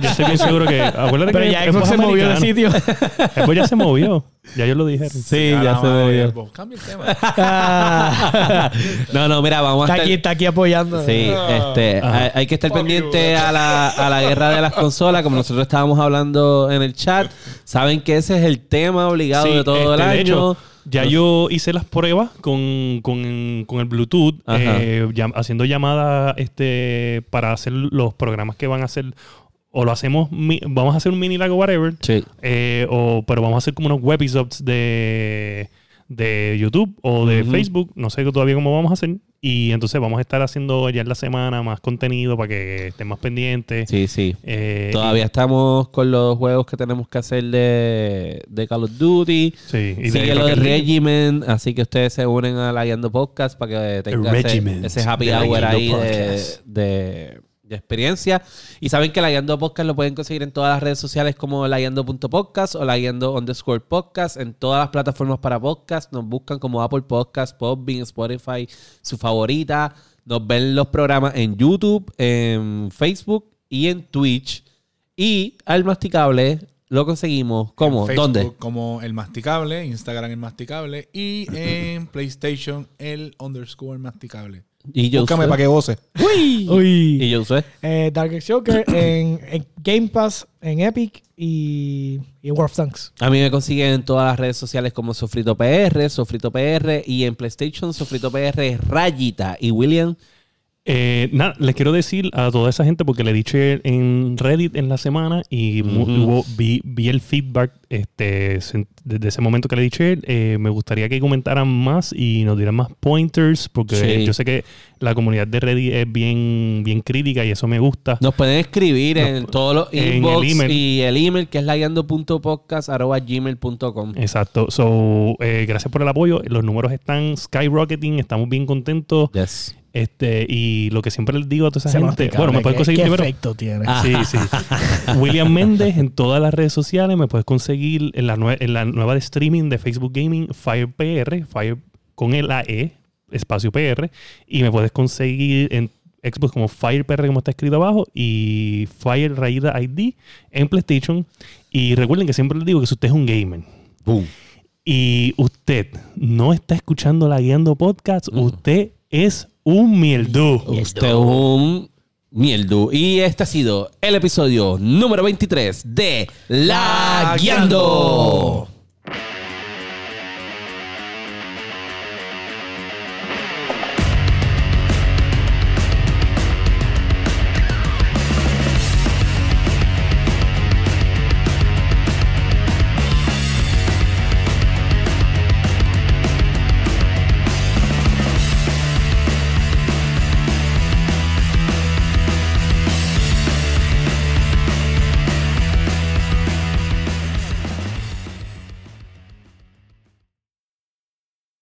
C: Yo estoy bien seguro que. Acuérdate
D: Pero
C: que
D: ya
C: Xbox
D: Xbox se movió de
C: americano.
D: sitio.
C: Xbox ya se movió. Ya yo lo dije.
A: Sí,
B: A la
A: ya se
B: madre,
A: movió.
B: Xbox. pues, Cambia el tema.
D: Ah,
A: No, no, mira, vamos a
D: está
A: estar...
D: aquí, está aquí apoyando.
A: Sí, este,
C: Ajá.
A: hay, hay que estar
B: Fuck you.
A: pendiente a la, a la guerra de las consolas, como nosotros estábamos hablando en el chat. Saben que ese es el tema obligado
C: Sí,
A: de todo el
C: este,
A: año.
C: de hecho, ya yo hice las pruebas con, con- con el Bluetooth,
A: Ajá.
C: eh, llam- haciendo llamadas este, para hacer los programas que van a hacer. O lo hacemos, mi- vamos a hacer un mini lago, whatever.
A: Sí.
C: eh, o, pero vamos a hacer como unos webisodes de, de YouTube o de
A: Ujú.
C: Facebook. No sé todavía cómo vamos a hacer. Y entonces vamos a estar haciendo ya en la semana más contenido para que estén más pendientes.
A: sí, sí.
C: Eh,
A: Todavía estamos con los juegos que tenemos que hacer de, de Call of Duty.
C: y- sí, y de
A: Sigue lo de
C: Rocket League.
A: Regimen, así que ustedes se unen a la Guiando Podcast para que tengan ese,
C: Regiment
A: ese happy
C: de la
A: hour
C: Guiando
A: ahí de,
C: Podcast.
A: de- de experiencia. Y saben que la Guiando Podcast lo pueden conseguir en todas las redes sociales como la Guiando.podcast o la Guiando underscore podcast, en todas las plataformas para podcast. Nos buscan como Apple Podcast, Podbean, Spotify, su favorita. Nos ven los programas en YouTube, en Facebook y en Twitch. Y al masticable lo conseguimos. ¿Cómo?
B: Facebook
A: ¿Dónde?
B: Como el masticable, Instagram el masticable y en PlayStation el underscore masticable.
A: Y yo
B: Búscame para que goce.
A: Y
D: Uy.
A: yo usé.
D: Eh, Darkest Joker en, en Game Pass, en Epic y, y War of Tanks.
A: A mí me consiguen en todas las redes sociales como Sofrito PR, Sofrito PR y en PlayStation Sofrito PR Rayita y William.
C: Eh, nada, les quiero decir a toda esa gente porque le dije en Reddit en la semana y mu-
A: Ujú.
C: hubo- vi, vi el feedback este, sen- desde ese momento que le dije. eh, me gustaría que comentaran más y nos dieran más pointers porque
A: Sí.
C: yo sé que la comunidad de Reddit es bien, bien crítica y eso me gusta.
A: Nos pueden escribir en todos los
C: en el
A: inbox
C: email.
A: y el email que es layando.podcast.gmail.com.
C: Exacto. So, eh, gracias por el apoyo. Los números están skyrocketing. Estamos bien contentos.
A: Yes.
C: Este, y lo que siempre les digo a toda esa
D: Se va a
C: gente.
D: picar,
C: Bueno, me
D: ¿qué-
C: puedes conseguir
D: ¿Qué
C: primero. Ah,
D: efecto tiene?
C: Sí, sí. William Méndez en todas las redes sociales. Me puedes conseguir en la, nue- en la nueva de streaming de Facebook Gaming, FirePR, Fire con el AE, espacio PR. Y me puedes conseguir en Xbox como FirePR, como está escrito abajo, y Fire Raída ID en PlayStation. Y recuerden que siempre les digo que si usted es un gamer
A: Boom.
C: y usted no está escuchando la guiando podcast, usted es un mieldú.
A: Usted es un mieldu. Y este ha sido el episodio número 23 de La Guiando.